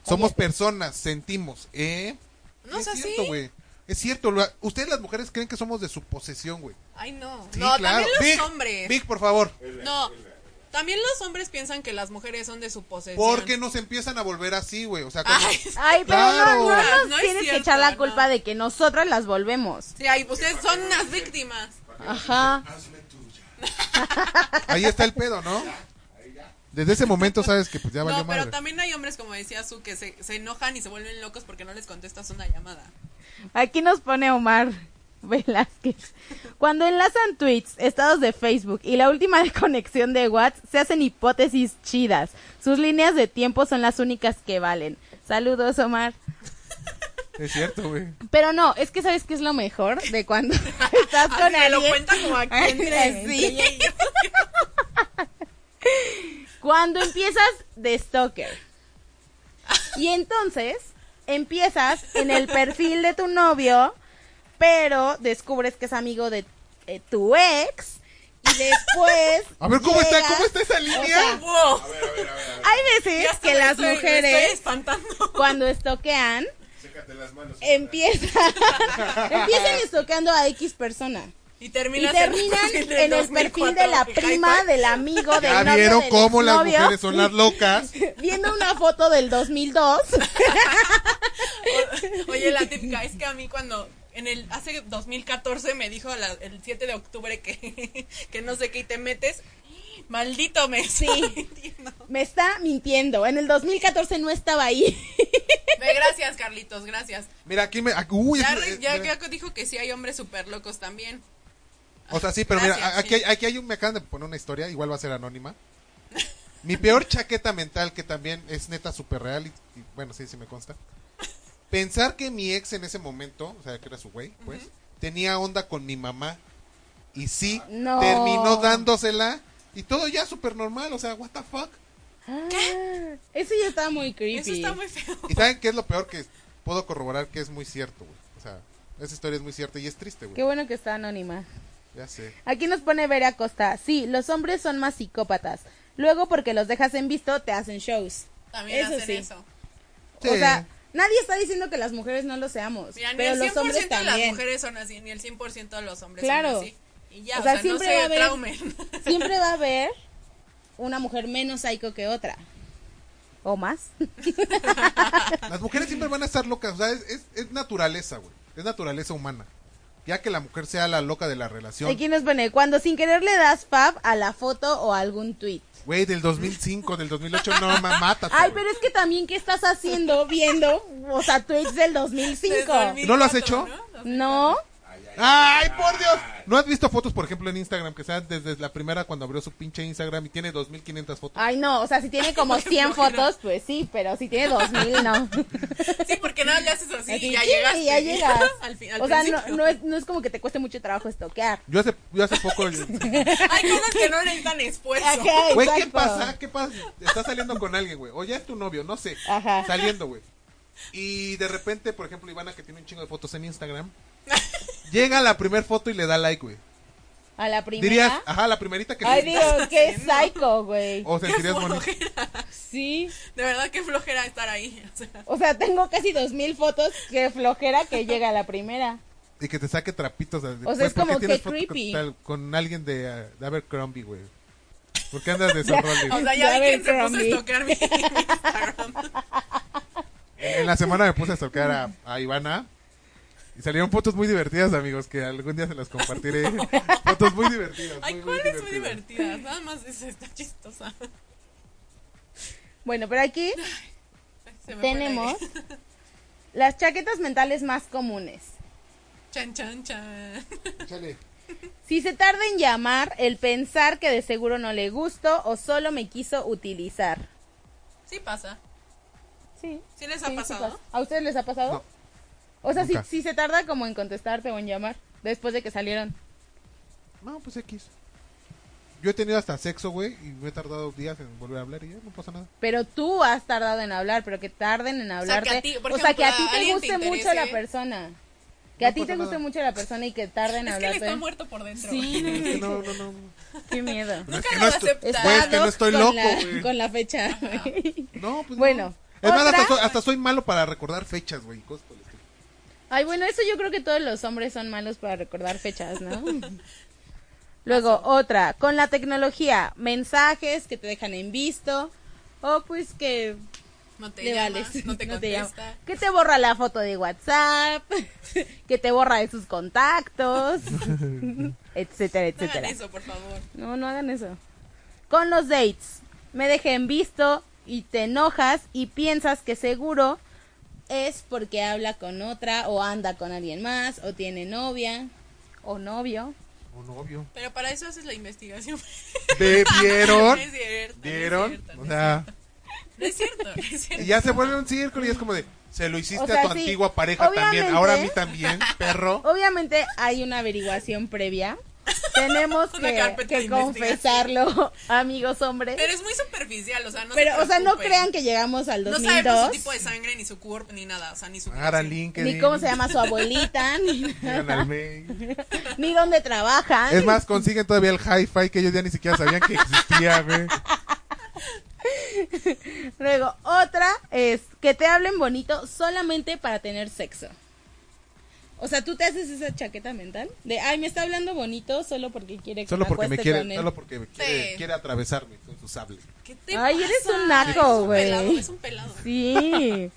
D: Somos personas, sentimos, ¿eh?
E: No
D: es
E: es así.
D: cierto, güey. Es cierto, lo- ustedes las mujeres creen que somos de su posesión, güey.
E: Ay, no.
D: Sí,
E: no,
D: claro.
E: también los
D: Vic,
E: hombres.
D: Vic, por favor.
E: No, también los hombres piensan que las mujeres son de su posesión.
D: Porque nos empiezan a volver así, güey. O sea, como-
E: Ay,
C: Ay, pero
D: Claro.
C: no, no nos
E: No es
C: tienes que
E: cierto,
C: echar la
E: no.
C: culpa de que nosotras las volvemos.
E: sí, ay, ustedes son unas víctimas.
C: Ajá.
H: Hazme tuya.
D: ahí está el pedo, ¿no? Desde ese momento sabes que pues ya valió
E: No, pero
D: madre.
E: también hay hombres, como decía Su, que se, se enojan y se vuelven locos porque no les contestas una llamada.
C: Aquí nos pone Omar Velázquez. Cuando enlazan tweets, estados de Facebook y la última conexión de WhatsApp, se hacen hipótesis chidas. Sus líneas de tiempo son las únicas que valen. Saludos, Omar.
D: Es cierto, güey.
C: Pero no, es que ¿sabes qué es lo mejor de cuando estás
E: Así
C: con
E: Ah, me lo
C: alguien?
E: cuentan como aquí entre-
C: Sí.
E: entre ellos.
C: Cuando empiezas de stalker. Y entonces empiezas en el perfil de tu novio, pero descubres que es amigo de eh, tu ex. Y después.
D: A ver, ¿cómo está?
C: llegas-
D: ¿Cómo está esa línea?
E: Wow.
H: A ver, a ver, a ver, a ver.
C: Hay
E: Ya
C: veces
E: hasta
C: que
E: me
C: las
E: estoy- me
C: mujeres,
E: estoy espantando.
C: cuando estoquean,
H: Sécate las manos.
C: empiezan, empiezan estoqueando a X persona.
E: Y
C: Y
E: terminas
C: terminan en el perfil de la prima, del amigo, del
D: Ya
C: novio,
D: vieron
C: del
D: cómo las
C: exnovio,
D: mujeres son las locas.
C: Viendo una foto del 2002.
E: Oye, la típica es que a mí cuando en el hace 2014 me dijo la- el 7 de octubre que, que no sé qué y te metes, maldito me sí.
C: Me está mintiendo. En el 2014 no estaba ahí.
E: Gracias, Carlitos, gracias.
D: Mira, aquí me. aquí- uy,
E: Ya,
D: es-
E: re-
D: eh,
E: ya-
D: mira.
E: ya dijo que sí hay hombres súper locos también.
D: O sea, sí, pero mira,
E: Gracias,
D: a- aquí,
E: sí.
D: hay- aquí hay un. Me acaban de poner una historia, igual va a ser anónima. Mi peor chaqueta mental, que también es neta súper real, y, y, bueno, sí, sí me consta. Pensar que mi ex en ese momento, o sea, que era su güey, pues, tenía onda con mi mamá. Y sí,
C: No.
D: terminó dándosela. Y todo ya súper normal, o sea, what the fuck.
C: Ah, Eso ya está muy creepy.
E: Eso está muy feo.
D: ¿Y saben qué es lo peor que puedo corroborar? Que es muy cierto, güey. O sea, esa historia es muy cierta y es triste,
C: Qué
D: güey.
C: bueno que está anónima.
D: Ya sé.
C: Aquí nos pone Vera Costa. Sí, los hombres son más psicópatas. Luego, porque los dejas en visto, te hacen shows.
E: También
C: Eso
E: hacen
C: sí.
E: eso.
D: Sí.
C: O sea, nadie está diciendo que las mujeres no lo seamos.
E: Mira, ni
C: pero
E: el
C: los
E: 100%
C: hombres
E: de las
C: también.
E: mujeres son así, ni el 100% de los hombres
C: Claro.
E: son así. Y ya,
C: O
E: o,
C: sea,
E: sea,
C: siempre
E: no
C: va
E: se
C: a haber-
E: traumen.
C: Siempre va a haber una mujer menos psycho que otra. O más.
D: Las mujeres siempre van a estar locas, o sea, es, es- es naturaleza, güey. Es naturaleza humana. Ya que la mujer sea la loca de la relación.
C: Aquí nos pone, cuando sin querer le das fab a la foto o a algún tweet.
D: Güey, del 2005, del 2008, no, ma, mátate.
C: Ay,
D: güey.
C: pero es que también, ¿qué estás haciendo viendo? O sea, tweets del 2005.
D: ¿Y no lo has hecho?
C: No,
D: ¡Ay, por Dios! ¿No has visto fotos, por ejemplo, en Instagram, que sean desde la primera cuando abrió su pinche Instagram y tiene 2500 fotos?
C: ay no, o sea, si tiene como 100 fotos, pues sí, pero si tiene 2000, no.
E: Sí, porque nada le haces así
C: Así,
E: y ya
C: sí,
E: llegas.
C: y ya llegas.
E: al fin, al
C: o sea, no,
E: principio.
C: no es, no es como que te cueste mucho trabajo estoquear.
D: Yo hace, yo hace poco. Güey,
E: Hay cosas que no necesitan esfuerzo.
C: Ajá,
D: ¿qué
C: exacto.
D: pasa? ¿Qué pasa? Estás saliendo con alguien, güey. O ya es tu novio, no sé.
C: Ajá.
D: Saliendo, güey. Y de repente, por ejemplo, Ivana, que tiene un chingo de fotos en Instagram, llega a la primera foto y le da like, güey.
C: A la primera.
D: Dirías, ajá, la primerita que
C: Ay,
D: te-
C: digo, qué psycho, güey.
D: O
E: Qué
D: sentirías bonito.
E: flojera.
C: Sí.
E: De verdad, qué flojera estar ahí. O sea,
C: O sea, tengo casi 2000 fotos. Qué flojera que llega a la primera.
D: Y que te saque trapitos. O sea,
C: es
D: ¿por qué
C: como
D: tienes
C: que
D: foto con
C: creepy.
D: tal- Con, alguien de, eh, de Abercrombie, güey. ¿Por qué andas de Abercrombie?
E: o
D: güey?
E: sea
C: Ya
E: ya vi
C: ven,
E: que se puso a
C: Cromby.
E: estoquear mi, mi Instagram.
D: en la semana me puse a tocar a, a Ivana. Y salieron fotos muy divertidas, amigos, que algún día se las compartiré. fotos muy divertidas.
E: Ay,
D: muy, muy
E: ¿cuál es muy
D: divertidas.
E: divertida? Nada más es, está chistosa.
C: Bueno, pero aquí
E: Se me fue el
C: tenemos
E: aire.
C: las chaquetas mentales más comunes.
E: Chan, chan, chan.
D: Chale.
C: Si se tarda en llamar, el pensar que de seguro no le gusto o solo me quiso utilizar.
E: Sí pasa.
C: Sí.
E: ¿Sí les ha
C: sí
E: pasado?
C: pasa. ¿A ustedes les ha pasado?
D: No.
C: o sea, si,
D: Nunca.
C: si se tarda como en contestarte o en llamar después de que salieron.
D: No, pues X. Yo he tenido hasta sexo, güey, y me he tardado días en volver a hablar y ya no pasa nada.
C: Pero tú has tardado en hablar, pero que tarden en
E: sea,
C: hablarte.
E: que a ti- por
C: que a ti
E: ejemplo, a
C: te
E: alguien te
C: guste mucho
E: interese.
C: la persona. Que
D: No
C: a ti
D: pasa
C: te guste
D: nada.
C: mucho la persona y que tarden en
E: Es que él
C: hablarte.
E: está muerto por dentro.
D: Es
C: Sí,
D: que no, no, no.
C: qué miedo.
D: No, es
E: Nunca
D: que
E: lo
D: no
E: has
D: estoy-
E: aceptado.
D: güey, es que no estoy
C: con
D: loco,
C: la-
D: güey.
C: Con la fecha.
D: No, pues no.
C: Bueno,
D: Es más,
C: ¿otra?
D: hasta soy, hasta soy malo para recordar fechas, güey. y cosas por el estilo.
C: Ay, bueno, eso yo creo que todos los hombres son malos para recordar fechas, ¿no? Luego, otra, con la tecnología, mensajes que te dejan en visto, o pues que
E: No te
C: le
E: llama,
C: vales,
E: no te
C: llama.
E: contesta.
C: que te borra la foto de WhatsApp, que te borra de sus contactos, etcétera,
E: No hagan
C: etcétera.
E: eso, por favor.
C: No, no hagan eso. Con los dates, me dejen visto y te enojas y piensas que seguro es porque habla con otra o anda con alguien más o tiene novia o novio.
D: Un novio.
E: Pero para eso haces la investigación.
D: ¿Ve- ¿Vieron?
E: No es cierto, no es
D: ¿Vieron?
E: cierto,
D: O sea,
E: No es cierto, no es cierto.
D: y ya se vuelve un círculo y es como de, se lo hiciste
C: O sea,
D: a tu
C: sí,
D: antigua pareja también,
C: obviamente.
D: ahora a mí también, perro.
C: Obviamente hay una averiguación previa. Tenemos
E: Una
C: que,
E: carpeta
C: que
E: de
C: confesarlo, amigos hombres.
E: Pero es muy superficial, o sea, no se
C: Pero, o sea, no
E: preocupen.
C: crean que llegamos al
E: No sabemos su
C: 2002,
E: tipo de sangre, ni su cuerpo, ni nada, o sea, ni su
D: Ahora
E: condición.
D: LinkedIn.
C: ni cómo se llama su abuelita, ni,
D: Llegan al mail.
C: ni dónde trabajan.
D: Es más, consiguen todavía el hi-fi que ellos ya ni siquiera sabían que existía, güey.
C: Luego, otra es que te hablen bonito solamente para tener sexo. O sea, tú te haces esa chaqueta mental de, ay, me está hablando bonito solo porque quiere que
D: Solo porque me
C: acueste
D: quiere,
C: con él.
D: solo porque me quiere,
E: Sí.
D: quiere atravesarme con su sable.
E: ¿Qué te
C: Ay,
E: pasa?
C: eres un naco, güey.
E: Es un pelado, es un pelado.
C: Sí.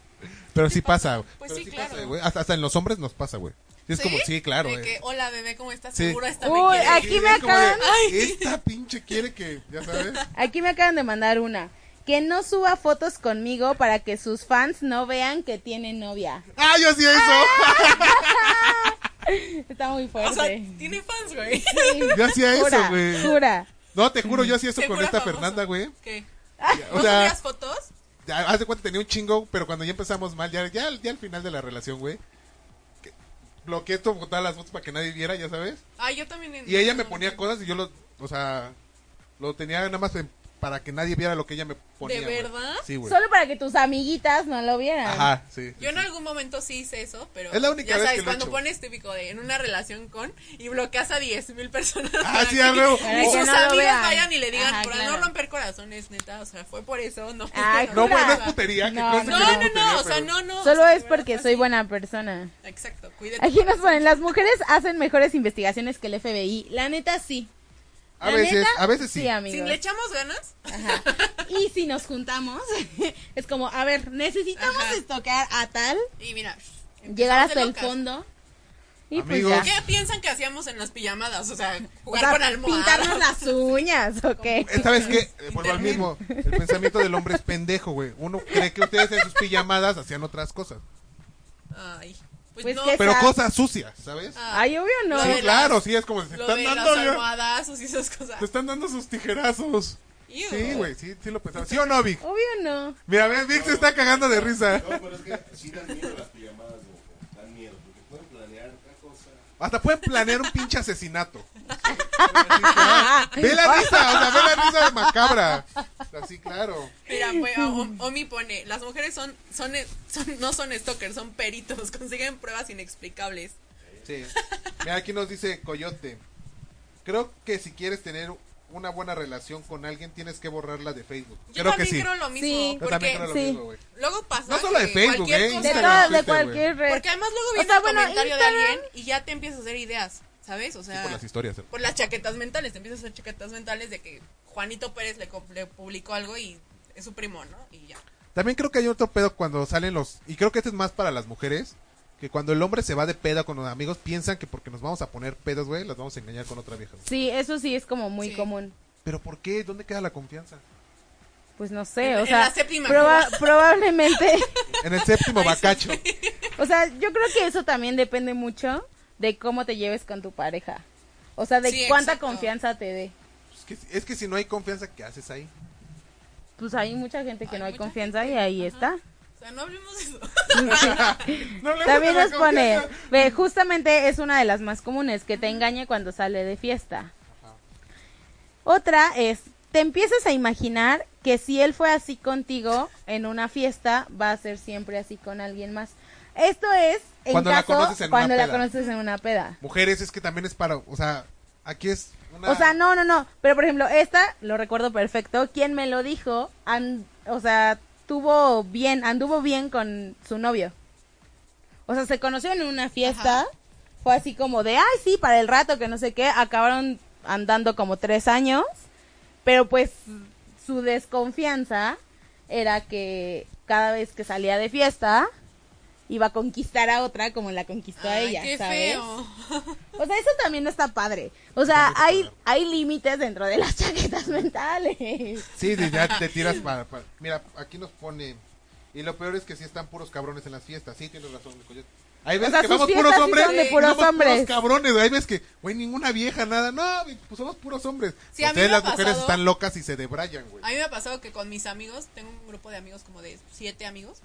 D: Pero sí pasa, güey.
E: Pues
D: Pero
E: sí,
D: sí
E: claro.
D: pasa, güey. Hasta, hasta en los hombres nos pasa, güey. Es como, sí, claro, eh.
E: De
D: güey.
E: que, hola bebé, ¿cómo estás?
D: Sí.
E: Seguro esta me
C: Uy,
E: quiere.
C: aquí
D: Sí,
C: me
D: es como de,
C: acaban-
D: Esta pinche quiere que, ya sabes.
C: Aquí me acaban de mandar una. Que no suba fotos conmigo para que sus fans no vean que tiene novia.
D: ¡Ah, yo sí eso!
C: Está muy
E: O
C: fuerte.
E: sea, tiene fans, güey.
D: Yo hacía eso,
C: Jura,
D: güey.
C: jura.
D: No, te juro, yo hacía eso
E: Te
D: con
E: juro
D: esta
E: famoso.
D: Fernanda, güey.
E: ¿Qué?
D: O
E: ¿No
D: sea,
E: subías fotos?
D: ya, haz de cuenta tenía un chingo, pero cuando ya empezamos mal, ya, ya, ya al final de la relación, güey. que Bloqueé esto con todas las fotos para que nadie viera, ya sabes.
E: Ah, yo también. en-
D: Y ella me ponía cosas y yo lo, o sea, lo tenía nada más en- para que nadie viera lo que ella me ponía.
E: ¿De
D: güey.
E: verdad?
D: Sí, güey.
C: Solo para que tus amiguitas no lo vieran.
D: Ajá, sí.
E: Yo en algún momento sí hice eso, pero.
D: Es la única
E: ya
D: vez
E: sabes,
D: que lo he
E: cuando
D: hecho.
E: pones típico de en una relación con y bloqueas a 10.000 personas.
D: Ah,
E: para
D: sí,
E: que-
D: a huevo.
E: Y
C: Para
E: sus
C: que no lo
E: amigas
C: vean.
E: vayan y le digan,
C: Ajá,
E: por
C: claro.
E: no romper corazones, neta. O sea, fue por eso, no.
C: Ay,
D: No,
E: no,
D: güey, no es
C: Jura.
D: putería. que
C: No,
D: conste
E: no,
D: que
E: no,
D: es
E: no,
D: putería,
E: o sea,
D: pero-
E: no, no. o
C: Solo
E: sea, de
C: es porque
E: verdad,
C: soy
E: sí.
C: buena persona.
E: Exacto, cuídate.
C: Aquí nos ponen, las mujeres hacen mejores investigaciones que el FBI. La neta sí.
D: A
C: La
D: veces,
C: neta,
D: a veces sí.
E: Si
C: amigos.
E: le echamos ganas,
C: Ajá. Y si nos juntamos, es como, a ver, necesitamos
E: Ajá.
C: estoquear a tal,
E: y mira, empezamos
C: llegar
E: de
C: hasta el
E: locas.
C: fondo. Y
D: Amigos.
C: pues ya.
E: ¿Qué piensan que hacíamos en las pijamadas? O sea,
C: O
E: jugar
C: sea,
E: con almohadas.
C: pintarnos las uñas, ¿o qué?
D: Eh, ¿Sabes qué? Eh, Vuelvo al mismo. El pensamiento del hombre es pendejo, güey. Uno cree que ustedes en sus pijamadas hacían otras cosas.
E: Ay, pues,
C: Pues
E: no.
C: que-
D: Pero
C: Esa-
D: cosas sucias, ¿sabes?
E: Ah,
C: Ay, obvio no.
E: Lo
D: Sí,
E: de
D: claro,
E: las-
D: sí, es como se
E: lo
D: están
E: de
D: dando,
E: las
D: ya.
E: almohadazos y esas cosas.
D: Te están dando sus tijerazos.
E: Ew.
D: Sí, güey, sí, sí lo pensaba. ¿Sí o no, Vic?
C: Obvio no.
D: Mira, ve, Vic se está cagando de risa.
H: No, pero es que sí dan miedo las pijamadas, güey. Dan miedo, porque pueden planear otra cosa.
D: Hasta pueden planear un pinche asesinato. Ve la risa, o sea, ve la risa de macabra. Así, claro.
E: Mira, pues, o- Omi pone, las mujeres son, son, son- no son stalkers, son peritos, consiguen pruebas inexplicables.
D: Sí. Mira, aquí nos dice Coyote. Creo que si quieres tener una buena relación con alguien, tienes que borrarla de Facebook.
E: Yo
D: creo que
E: también
D: sí.
E: creo lo mismo,
C: Sí.
D: Yo
E: porque
D: también creo lo
C: Sí.
D: mismo, güey.
E: luego pasa
D: No solo de
E: que
D: Facebook,
E: cualquier
D: ¿eh?
C: De,
E: cosa-
D: Instagram,
C: todo, de
D: Twitter, güey.
C: cualquier red.
E: porque además luego
C: O
E: viene
C: sea,
E: el
C: bueno,
E: comentario de
C: Instagram-
E: alguien y ya te empiezas a hacer ideas, ¿sabes? O sea,
D: Por las historias.
E: por las ¿eh? chaquetas mentales, te empiezas a hacer chaquetas mentales de que Juanito Pérez le, co- le publicó algo y es su primo, ¿no? Y ya.
D: También creo que hay otro pedo cuando salen los. Y creo que este es más para las mujeres. Que cuando el hombre se va de peda con los amigos, piensan que porque nos vamos a poner pedos, güey, las vamos a engañar con otra vieja. güey.
C: Sí, eso sí es como muy
E: Sí.
C: común.
D: Pero ¿por qué? ¿Dónde queda la confianza?
C: Pues no sé,
E: En-
C: o
E: en
C: sea,
E: la séptima
C: proba-
E: cuba.
C: probablemente.
D: En el séptimo bacacho.
C: O sea, yo creo que eso también depende mucho de cómo te lleves con tu pareja. O sea, de
E: Sí,
C: cuánta
E: exacto.
C: confianza te dé.
D: Es que, es que si no hay confianza, ¿qué haces ahí?
C: Pues hay mucha gente que
E: Hay
C: no hay
E: mucha
C: confianza y ahí está.
E: O sea, no hablemos de eso.
D: No hablemos
C: También
D: de la
C: nos pone,
D: confianza.
C: ve, justamente es una de las más comunes, que te engañe cuando sale de fiesta. Otra es, te empiezas a imaginar que si él fue así contigo en una fiesta, va a ser siempre así con alguien más. Esto es en
D: Cuando la
C: caso
D: conoces en una
C: cuando la
D: peda.
C: conoces en una peda.
D: Mujeres, es que también es para. O sea, aquí es una.
C: O sea, no, no, no. Pero por ejemplo, esta lo recuerdo perfecto. Quien me lo dijo, an- o sea, tuvo bien, anduvo bien con su novio. O sea, se conocieron en una fiesta. Fue así como de, ay, sí, para el rato, que no sé qué. Acabaron andando como tres años. Pero pues su desconfianza era que cada vez que salía de fiesta, iba a conquistar a otra como la conquistó a ella,
E: qué
C: ¿sabes?
E: feo.
C: O sea, eso también no está padre. O sea, hay, hay límites dentro de las chaquetas mentales.
D: Sí, de- ya te tiras para, para- Mira, aquí nos pone. Y lo peor es que sí están puros cabrones en las fiestas. Sí, tienes razón, Nico. yo- Hay veces
C: sea,
D: que
C: sus
D: vamos
C: fiestas
D: puros
C: sí
D: hombres.
C: son de
D: y
C: puros
D: vamos
C: hombres.
D: Puros cabrones, güey. Hay veces que, güey, ninguna vieja, nada. No, güey, pues somos puros hombres.
E: Sí, a mí
D: Ustedes,
E: me ha
D: las mujeres,
E: pasado-
D: están locas y se debrayan, güey.
E: A mí me ha pasado que con mis amigos, tengo un grupo de amigos como de siete amigos,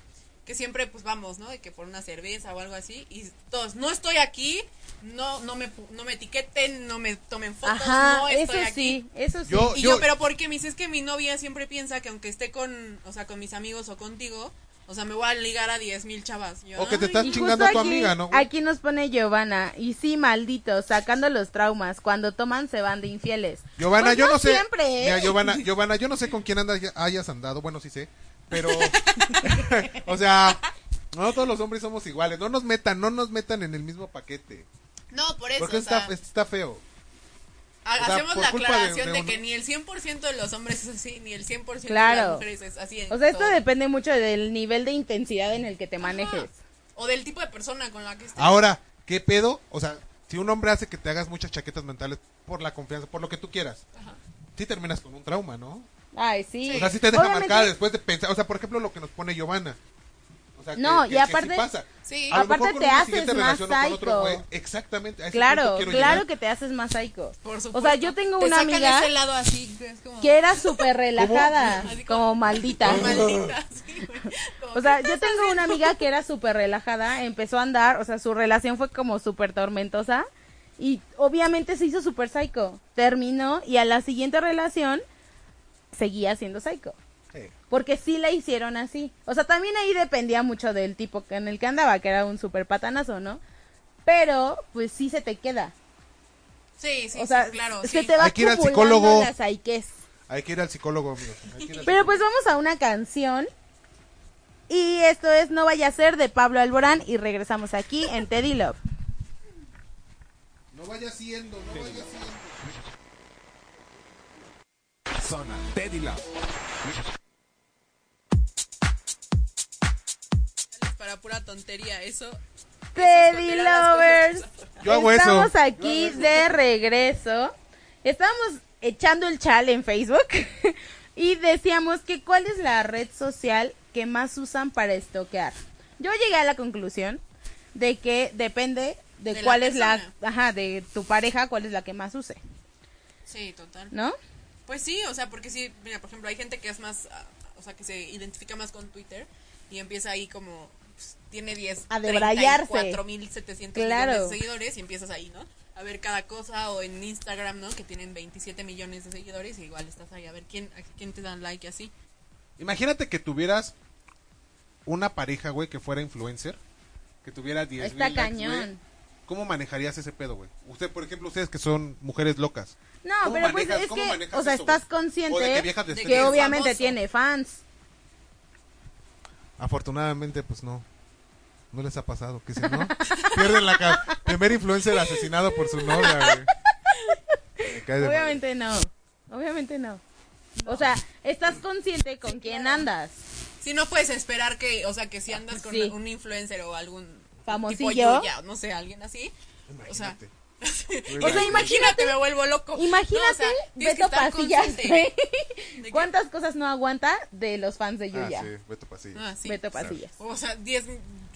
E: que siempre pues vamos, ¿no? De que por una cerveza o algo así, y todos, no estoy aquí, no, no me pu- no me etiqueten, no me tomen fotos,
C: Ajá,
E: no
C: eso
E: estoy aquí.
C: sí, eso sí.
D: Yo-
E: Y yo, pero porque me dices que mi novia siempre piensa que aunque esté con, o sea, con mis amigos o contigo, o sea, me voy a ligar a diez mil chavas. Y yo,
D: O que te
E: "Ay,
D: estás
C: Y
D: chingando
C: justo
D: a tu
C: aquí-
D: amiga, ¿no? güey?
C: Aquí nos pone Giovanna, y sí, malditos, sacando los traumas, cuando toman se van de infieles.
D: Giovanna,
C: Pues
D: yo no, sé.
C: siempre, ¿eh?
D: Mira, Giovanna, Giovanna, yo no sé con quién andas, hayas andado. Bueno, sí sé. Pero. o sea. No todos los hombres somos iguales. No nos metan, no nos metan en el mismo paquete.
E: No, por eso,
D: Porque
E: o
D: está,
E: sea,
D: está feo.
E: ha-
D: o sea,
E: hacemos
D: por
E: la
D: culpa de-
E: aclaración de,
D: de
E: que
D: uno.
E: ni el 100% de los hombres es así, ni el 100% de
C: Claro.
E: las mujeres es así. en
C: O sea, esto
E: todo.
C: depende mucho del nivel de intensidad en el que te manejes.
E: O del tipo de persona con la que estés.
D: Ahora, ¿qué pedo? O sea, si un hombre hace que te hagas muchas chaquetas mentales por la confianza, por lo que tú quieras,
E: Ajá.
D: sí terminas con un trauma, ¿no?
C: Ay, sí.
D: O sea, sí te deja
C: Obviamente,
D: marcada después de pensar. O sea, por ejemplo, lo que nos pone Giovanna. O sea, que-
C: No,
D: que-
C: y
D: que sí
C: aparte-
D: pasa.
E: Sí.
D: A lo
C: Aparte
D: mejor con
C: te
D: una
C: haces
D: siguiente
C: más
D: relación o con otro
C: psycho.
D: güey, Exactamente. a ese punto
C: Claro,
D: quiero
C: claro
D: llegar.
C: que te haces más psycho.
E: Por supuesto.
C: O sea, yo tengo
E: Te
C: una
E: sacan
C: amiga
E: ese lado así, que es como...
C: que era súper relajada,
E: Así como-
C: como maldita.
E: Maldita, sí, güey. Como
C: O sea,
E: que-
C: yo tengo una amiga que era súper relajada, empezó a andar, o sea, su relación fue como súper tormentosa y obviamente se hizo súper psycho. Terminó y a la siguiente relación seguía siendo psycho.
D: Sí.
C: Porque sí la hicieron así. O sea, también ahí dependía mucho del tipo en el que andaba, que era un súper patanazo, ¿no? Pero, pues sí se te queda.
E: Sí, sí,
C: o sea,
E: sí, claro,
C: se
E: sí.
C: te va
D: Hay que ir al
C: acumulando
D: psicólogo.
C: la psiquez.
D: Hay que ir al psicólogo, amigos. Hay que ir al
C: Pero
D: psicólogo.
C: pues vamos a una canción. Y esto es No Vaya a Ser de Pablo Alborán. Y regresamos aquí en Teddy Love.
D: No vaya siendo, no vaya siendo.
G: Zona Teddy Love.
E: Para pura tontería, eso.
C: Teddy Lovers.
D: Yo hago eso.
C: Estamos
D: Yo
C: aquí de regreso. Estábamos echando el chal en Facebook. y decíamos que cuál es la red social que más usan para estoquear. Yo llegué a la conclusión de que depende de,
E: De la
C: cuál es la,
E: persona.
C: ajá, de tu pareja, cuál es la que más use,
E: Sí, total.
C: ¿no?
E: Pues sí, o sea, porque sí, mira, por ejemplo, hay gente que es más, ah, o sea, que se identifica más con Twitter y empieza ahí como, pues, tiene 10,
C: A debrayarse.
E: 4.700
C: Claro.
E: millones de seguidores y empiezas ahí, ¿no? A ver cada cosa o en Instagram, ¿no? Que tienen 27 millones de seguidores y igual estás ahí a ver quién, a quién te dan like y así.
D: Imagínate que tuvieras una pareja, güey, que fuera influencer, que tuviera 10
C: Está
D: mil likes,
C: cañón.
D: güey. ¿Cómo manejarías ese pedo, güey? Usted, por ejemplo, ustedes que son mujeres locas.
C: No,
D: ¿Cómo
C: pero pues
D: manejas-
C: es
D: cómo
C: que,
D: manejas
C: o sea,
D: eso,
C: estás
D: güey?
C: consciente
D: O de que viejas de
E: de
C: que,
D: que eres
C: obviamente
E: famoso.
C: tiene fans.
D: Afortunadamente, pues no. No les ha pasado, que si no, pierden la ca- primer influencer asesinado por su novia, güey. Me cae de madre.
C: Obviamente no, obviamente no. O sea, estás consciente con quién andas.
E: Sí, no puedes esperar que, o sea, que si andas con
C: Sí.
E: un influencer o algún
C: Famosillo.
E: tipo Yuya, no sé, alguien así. O sea,
D: Imagínate.
C: O sea, imagínate,
E: me vuelvo loco. No, o
C: imagínate
E: sea, tienes que
C: Beto
E: estar
C: Pasillas.
E: consciente
C: ¿eh?
E: de que-
C: ¿Cuántas cosas no aguanta de los fans de Yuya?
D: Ah, sí, Beto Pasillo.
E: Ah, sí.
C: Beto Pasillas.
E: O sea, 10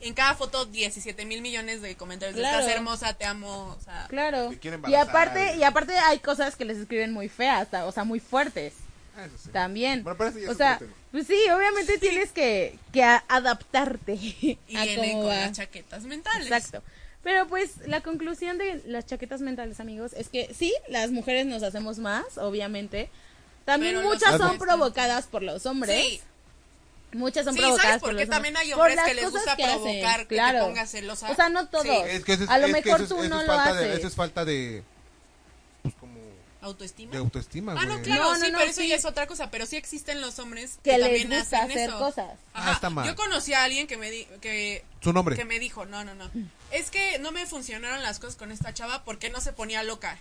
E: en cada foto 17 mil millones de comentarios. de,
C: Claro.
E: Estás hermosa, te amo. O sea,
C: Claro.
D: Te quieren
C: Y
D: embarazar,
C: aparte,
D: eh.
C: y aparte hay cosas que les escriben muy feas, ta- o sea, muy fuertes.
D: Ah, eso sí.
C: También.
D: Bueno, pero ese ya
C: o
D: es otro
C: sea,
D: tema.
C: pues sí, obviamente tienes que, que a- adaptarte
E: y
C: a
E: viene
C: cómo
E: con
C: va.
E: las chaquetas mentales.
C: Exacto. Pero pues la conclusión de las chaquetas mentales, amigos, es que sí, las mujeres nos hacemos más, obviamente. También
E: Pero los
C: muchas son
E: hombres no.
C: provocadas por los hombres.
E: Sí,
C: Muchas son
E: Sí, ¿sabes
C: provocadas
E: por
C: por,
E: qué?
C: los hombres.
E: También hay
C: Por
E: hombres
C: las
E: que les
C: cosas
E: gusta
C: hacen,
E: provocar, que te
C: claro.
E: pongas celosa.
C: O sea, no todos.
E: Sí.
D: Es que eso es-
C: a lo
D: es que
C: mejor
D: eso es-
C: tú
D: eso
C: no
D: es
C: lo
D: falta
C: haces.
D: De, eso es falta de. pues, como.
E: autoestima.
D: de autoestima,
E: Ah, no,
D: güey.
E: claro,
C: No,
E: sí,
C: no, no,
E: pero eso
C: sí.
E: ya es otra cosa. Pero sí existen los hombres
C: que
E: que,
C: les
E: también
C: gusta
E: hacen
C: hacer
E: eso.
C: cosas.
E: Ajá,
D: Ah, está mal.
E: Yo conocí a alguien que me, di- que,
D: Su nombre.
E: que me dijo, no, no, no. Es que no me funcionaron las cosas con esta chava porque no se ponía loca.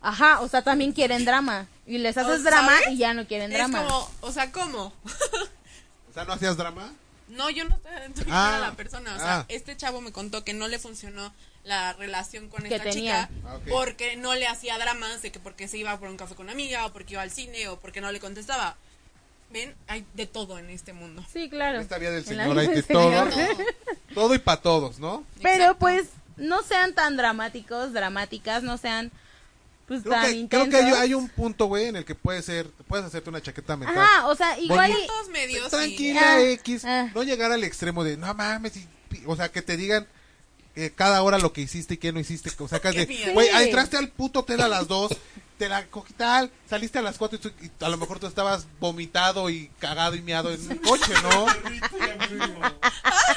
C: Ajá, o sea, también quieren drama. Y les haces
E: ¿Sabes?
C: drama y ya no quieren
E: Es
C: drama.
E: como, o sea, ¿cómo?
D: O sea, ¿no hacías drama?
E: No, yo no estoy adentro
D: Ah,
E: de la persona. O sea,
D: ah.
E: este chavo me contó que no le funcionó la relación con
C: Que
E: esta
C: tenía.
E: chica
D: Ah, ok.
E: porque no le hacía dramas de que porque se iba por un café con una amiga o porque iba al cine o porque no le contestaba. Ven, hay de todo en este mundo.
C: Sí, claro.
D: Esta vía del
C: En la vida
D: señor hay
C: del
D: de todo.
C: señor.
D: Todo y para todos, ¿no?
C: Pero
E: Exacto.
C: pues no sean tan dramáticos, dramáticas, no sean pues
D: Creo
C: tan
D: que, creo
C: intensos.
D: que hay, hay un punto, güey, en el que puede ser, puedes hacerte una chaqueta mental.
C: Ajá, Ah, o sea, igual
D: Bonito.
C: y-
E: Todos medios.
D: Tranquila,
C: Ah,
D: X.
C: ah.
D: No llegar al extremo de, no mames, y- y- o sea, que te digan eh, cada hora lo que hiciste y qué no hiciste. O sea, que
E: Qué
D: de,
E: miedo.
D: güey,
C: Sí.
D: entraste al puto hotel a las dos, te la cogí tal, saliste a las cuatro y, tú- y a lo mejor tú estabas vomitado y cagado y miado en un coche, ¿no?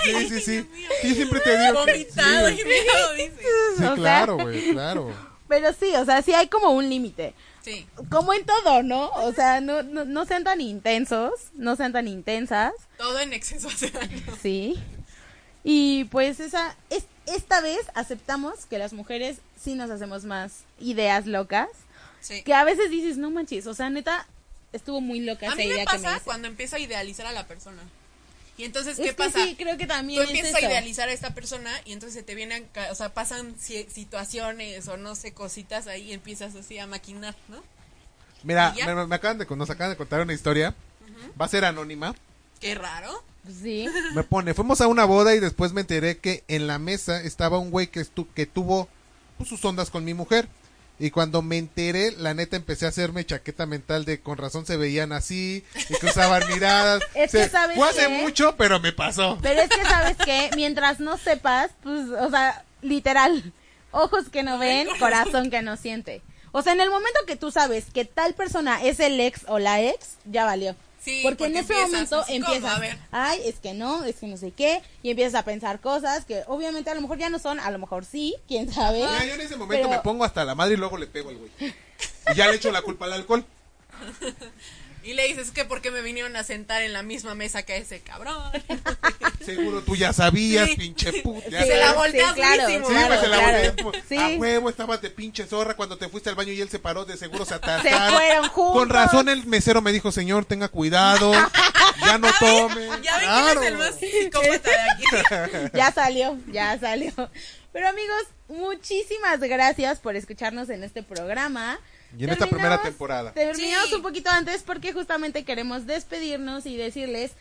D: Sí, sí, sí. Sí, siempre te digo. que-
E: Vomitado
D: sí,
E: y miedo, dice.
D: sí,
C: O sea,
D: claro, güey, claro.
C: pero sí, o sea, sí hay como un límite.
E: Sí.
C: Como en todo, ¿no? O sea, no, no, no sean tan intensos, no sean tan intensas,
E: Todo en exceso hace daño.
C: sí. Y pues esa es, esta vez aceptamos que las mujeres sí nos hacemos más ideas locas,
E: Sí.
C: que a veces dices, "No manches, o sea, neta estuvo muy loca
E: A
C: esa
E: mí me
C: idea que me
E: pasa
C: hice".
E: cuando empiezo a idealizar a la persona. Y entonces,
C: Es
E: ¿qué
C: que
E: pasa?
C: sí, creo que
E: Tú
C: también es
E: empiezas a
C: eso.
E: idealizar a esta persona y entonces se te vienen, ca- o sea, pasan si- situaciones o no sé, cositas ahí y empiezas así a maquinar, ¿no?
D: Mira,
E: ¿Y ya?
D: me- me acaban de, con- nos acaban de contar una historia. Va a ser anónima.
E: Qué raro.
C: Sí.
D: Me pone, fuimos a una boda y después me enteré que en la mesa estaba un güey que, estu- que tuvo pues, sus ondas con mi mujer. Y cuando me enteré, la neta empecé a hacerme chaqueta mental de con razón se veían así y cruzaban miradas.
C: Es que
D: Se-
C: ¿sabes
D: fue hace
C: qué?
D: mucho, pero me pasó.
C: Pero es que sabes que mientras no sepas, pues, o sea, literal, ojos que no ven, corazón que no siente. O sea, en el momento que tú sabes que tal persona es el ex o la ex, ya valió.
E: Sí,
C: porque, en
E: porque
C: ese
E: empiezas
C: momento
E: así como,
C: empiezas,
E: a ver.
C: ay, es que no, es que no sé qué, y empiezas a pensar cosas que obviamente a lo mejor ya no son, a lo mejor sí, quién sabe.
D: Mira, yo en ese momento
C: Pero-
D: me pongo hasta la madre y luego le pego al güey. Y ya le echo la culpa al alcohol.
E: Y le dices que porque me vinieron a sentar en la misma mesa que ese cabrón.
D: Seguro tú ya sabías,
E: Sí.
D: pinche puta.
E: Sí, se la volteas
C: claro,
E: durísimo.
D: Sí,
C: claro,
D: güey, se la "Ah,
C: claro.
D: volteé.
C: Sí.
D: A huevo, estabas de pinche zorra cuando te fuiste al baño y él se paró, de seguro se
C: Se
D: atacaron.
C: fueron juntos.
D: Con razón el mesero me dijo, señor, tenga cuidado, ya no tome.
E: ya ven
D: Claro.
E: quién es el más psicópata de aquí.
C: ya salió, ya salió. Pero amigos, muchísimas gracias por escucharnos en este programa.
D: Y en esta primera
C: Terminamos-
D: temporada.
C: Terminamos
E: Sí.
C: un poquito antes porque justamente queremos despedirnos y decirles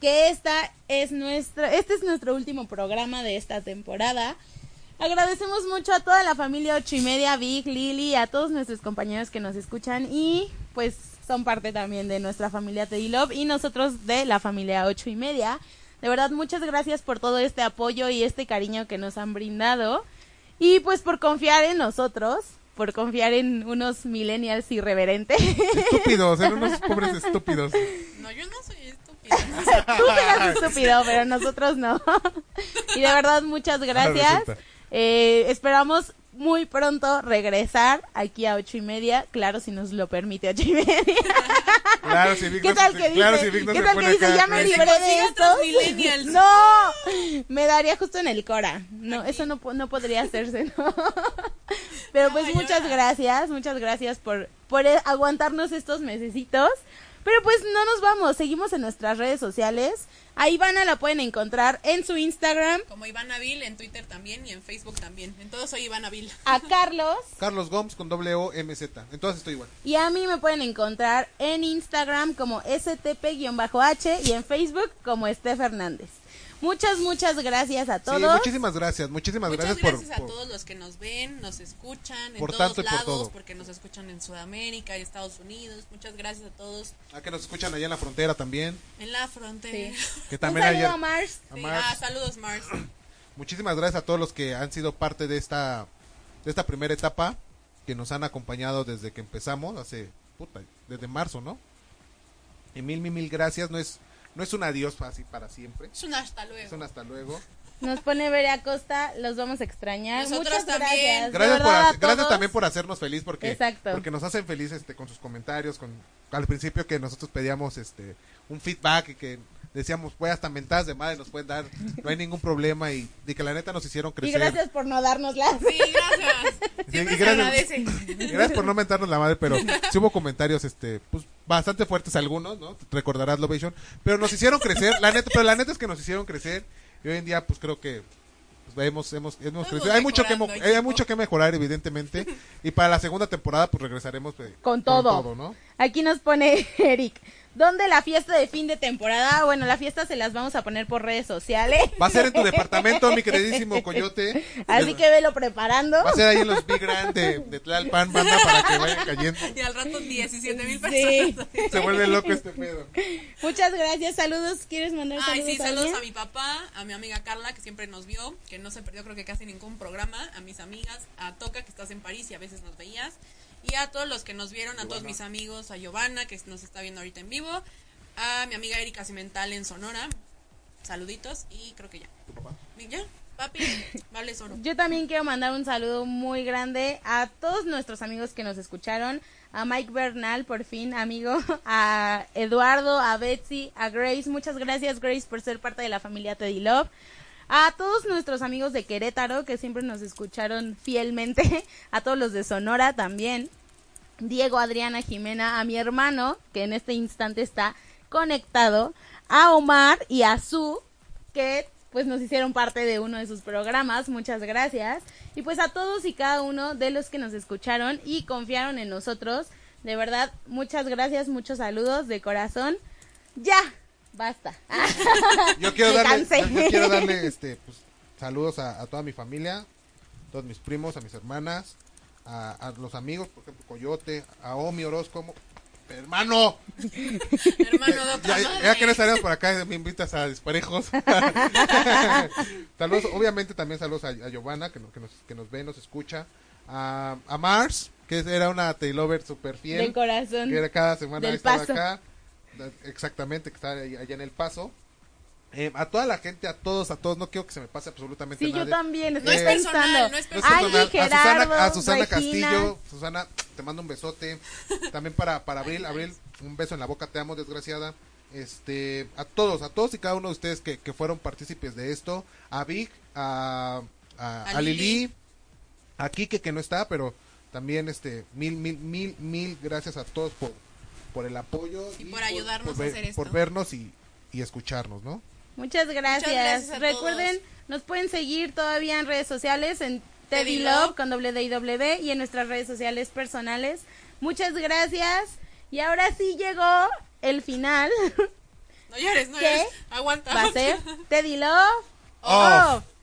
C: que esta es nuestro, este es nuestro último programa de esta temporada. Agradecemos mucho a toda la familia ocho y media, Vic, Lili, a todos nuestros compañeros que nos escuchan y pues son parte también de nuestra familia Teddy Love y nosotros de la familia ocho y media. De verdad, muchas gracias por todo este apoyo y este cariño que nos han brindado. Y pues por confiar en nosotros, por confiar en unos millennials irreverentes.
D: Estúpidos, eran unos pobres estúpidos.
E: No, yo no soy estúpida.
C: Tú serás estúpido, pero nosotros no. y de verdad, muchas gracias.
D: resulta.
C: Eh, esperamos muy pronto regresar aquí a ocho y media, claro, si nos lo permite ocho y media.
D: Claro, si Vic
C: ¿Qué
D: no
C: tal
D: se-
C: que dice?
D: claro, si Vic no
C: ¿Qué
D: se
C: tal
D: pone
C: que dice?
D: acá,
C: Ya me
D: pero-
E: Que se
C: libré de
E: consiga otros
C: estos.
E: millennials.
C: No, me daría justo en el Cora. No, eso no, po- no podría hacerse, ¿no? Pero pues
E: Ay,
C: muchas
E: llora.
C: gracias, muchas gracias por, por eh, aguantarnos estos mesecitos. Pero pues no nos vamos, seguimos en nuestras redes sociales. A Ivana la pueden encontrar en su Instagram,
E: Como Ivana Vil en Twitter también y en Facebook también. En todo soy Ivana Vil.
C: a Carlos
D: Carlos Gomes con doble O M Z. Entonces estoy igual.
C: y a mí me pueden encontrar en Instagram como STP-H y en Facebook como Este Fernández. Muchas, muchas gracias a todos.
D: Sí, muchísimas gracias, muchísimas
E: Muchas
D: gracias,
E: gracias,
D: por,
E: a
D: por-
E: todos los que nos ven, nos escuchan en
D: Por
E: todos
D: tanto y por
E: lados,
D: todo.
E: porque nos escuchan en Sudamérica y Estados Unidos. Muchas gracias a todos
D: a que nos escuchan allá en la frontera también.
E: en la frontera.
C: Sí.
D: Que
C: Un
D: también
C: saludo
D: ayer.
C: a Mars.
D: a
E: Sí,
D: Mars.
E: Ah, saludos Mars.
D: Muchísimas gracias a todos los que han sido parte de esta, de esta primera etapa, que nos han acompañado desde que empezamos, hace, puta, desde marzo, ¿no? Y mil, mil, mil gracias, no es, no es un adiós así para siempre,
E: Es un hasta luego.
D: es un hasta luego.
C: Nos pone Verea Acosta, los vamos a extrañar.
E: Nosotros
C: Muchas
E: también.
C: gracias. de
D: Gracias, por,
C: verdad a
D: hacer- gracias
C: todos.
D: también por hacernos feliz, porque,
C: Exacto.
D: porque nos hacen feliz este, con sus comentarios, con, al principio que nosotros pedíamos este, un feedback y que decíamos, pues hasta mentadas de madre nos pueden dar, no hay ningún problema y, y que la neta nos hicieron
C: Y
D: crecer.
C: gracias por no darnos las.
E: Sí, gracias.
D: Sí,
E: Siempre
D: y
E: se
D: gracias.
E: agradece.
D: Gracias por no mentarnos la madre, pero si hubo comentarios, este, pues bastante fuertes algunos, ¿no? Recordarás Lovation, pero nos hicieron crecer, la neta, pero la neta es que nos hicieron crecer y hoy en día pues creo que pues, hemos, hemos, hemos
E: Vamos
D: crecido. Hay mucho, que, mo-
E: mejorando,
D: hay
E: equipo.
D: mucho que mejorar evidentemente y para la segunda temporada pues regresaremos pues,
C: Con todo.
D: ¿no?
C: Aquí nos pone Eric. ¿Dónde la fiesta de fin de temporada? Bueno, la fiesta se las vamos a poner por redes sociales.
D: Va a ser en tu departamento, mi queridísimo coyote.
C: Así que velo preparando.
D: Va a ser ahí en los Big Grand de, de Tlalpan, banda, para que vayan cayendo.
E: Y al rato 17 mil
C: Sí.
E: personas.
D: Se vuelve loco este pedo.
C: Muchas gracias. Saludos. ¿Quieres mandar
E: Ay,
C: saludos?
E: sí, saludos
C: alguien?
E: a mi papá, a mi amiga Carla, que siempre nos vio, que no se perdió creo que casi ningún programa, a mis amigas, a Toca, que estás en París y a veces nos veías, y a todos los que nos vieron, a todos mis amigos, a Giovanna, que nos está viendo ahorita en vivo, a mi amiga Erika Cimental en Sonora, saluditos, y creo que ya. ¿Y ¿Ya? Papi, vale oro.
C: Yo también quiero mandar un saludo muy grande a todos nuestros amigos que nos escucharon, a Mike Bernal, por fin, amigo, a Eduardo, a Betsy, a Grace. Muchas gracias, Grace, por ser parte de la familia Teddy Love. A todos nuestros amigos de Querétaro, que siempre nos escucharon fielmente, a todos los de Sonora también. Diego, Adriana, Jimena, a mi hermano, que en este instante está conectado, a Omar y a Su, que pues nos hicieron parte de uno de sus programas, muchas gracias. Y pues a todos y cada uno de los que nos escucharon y confiaron en nosotros, de verdad, muchas gracias, muchos saludos de corazón. Ya, basta. Ah,
D: Yo quiero
C: Me
D: darle,
C: cansé.
D: yo quiero darle este, pues, saludos a, a toda mi familia, a todos mis primos, a mis hermanas, a, a los amigos, por ejemplo, Coyote, a Omi Orozco. Mo- Hermano,
E: Hermano de otra
D: ya, ya
E: madre.
D: que eres áreas por acá, me invitas a disparejos. saludos, obviamente también saludos a, a Giovanna, que, no- que, nos, que nos ve, nos escucha. A, a Mars, que era una Taylover super fiel.
C: De corazón.
D: que era cada semana
C: Del
D: estaba
C: Paso.
D: acá, da- exactamente, que estaba ahí- allá en el paso. Eh, a toda la gente, a todos, a todos, no quiero que se me pase absolutamente
C: Sí,
D: nada.
C: yo también, estoy
D: es
C: pensando.
E: personal, no es
D: No es
E: Ay,
D: personal.
C: Angie, Gerardo,
D: a Susana, a Susana
C: Regina.
D: Castillo, Susana, te mando un besote. También para, para Abril, Abril, un beso en la boca, te amo, desgraciada. Este, a todos, a todos y cada uno de ustedes que, que fueron partícipes de esto, a Vic, a, a,
E: A
D: a Lili,
E: Lili.
D: a Kike que no está, pero también este, mil, mil, mil, mil gracias a todos por, por el apoyo
E: Y por ayudarnos
D: ver-
E: a hacer
D: Por
E: esto.
D: vernos y, y escucharnos, ¿no?
C: Muchas gracias.
E: gracias a
C: Recuerden,
E: todos.
C: nos pueden seguir todavía en redes sociales en Teddy
E: Teddy
C: Love
E: Love.
C: con doble D y doble B, y en nuestras redes sociales personales. Muchas gracias. Y ahora sí llegó el final.
E: No llores, no
C: ¿Qué?
E: llores. Aguanta.
C: Va a ser Teddy Love
D: Off.
C: Off.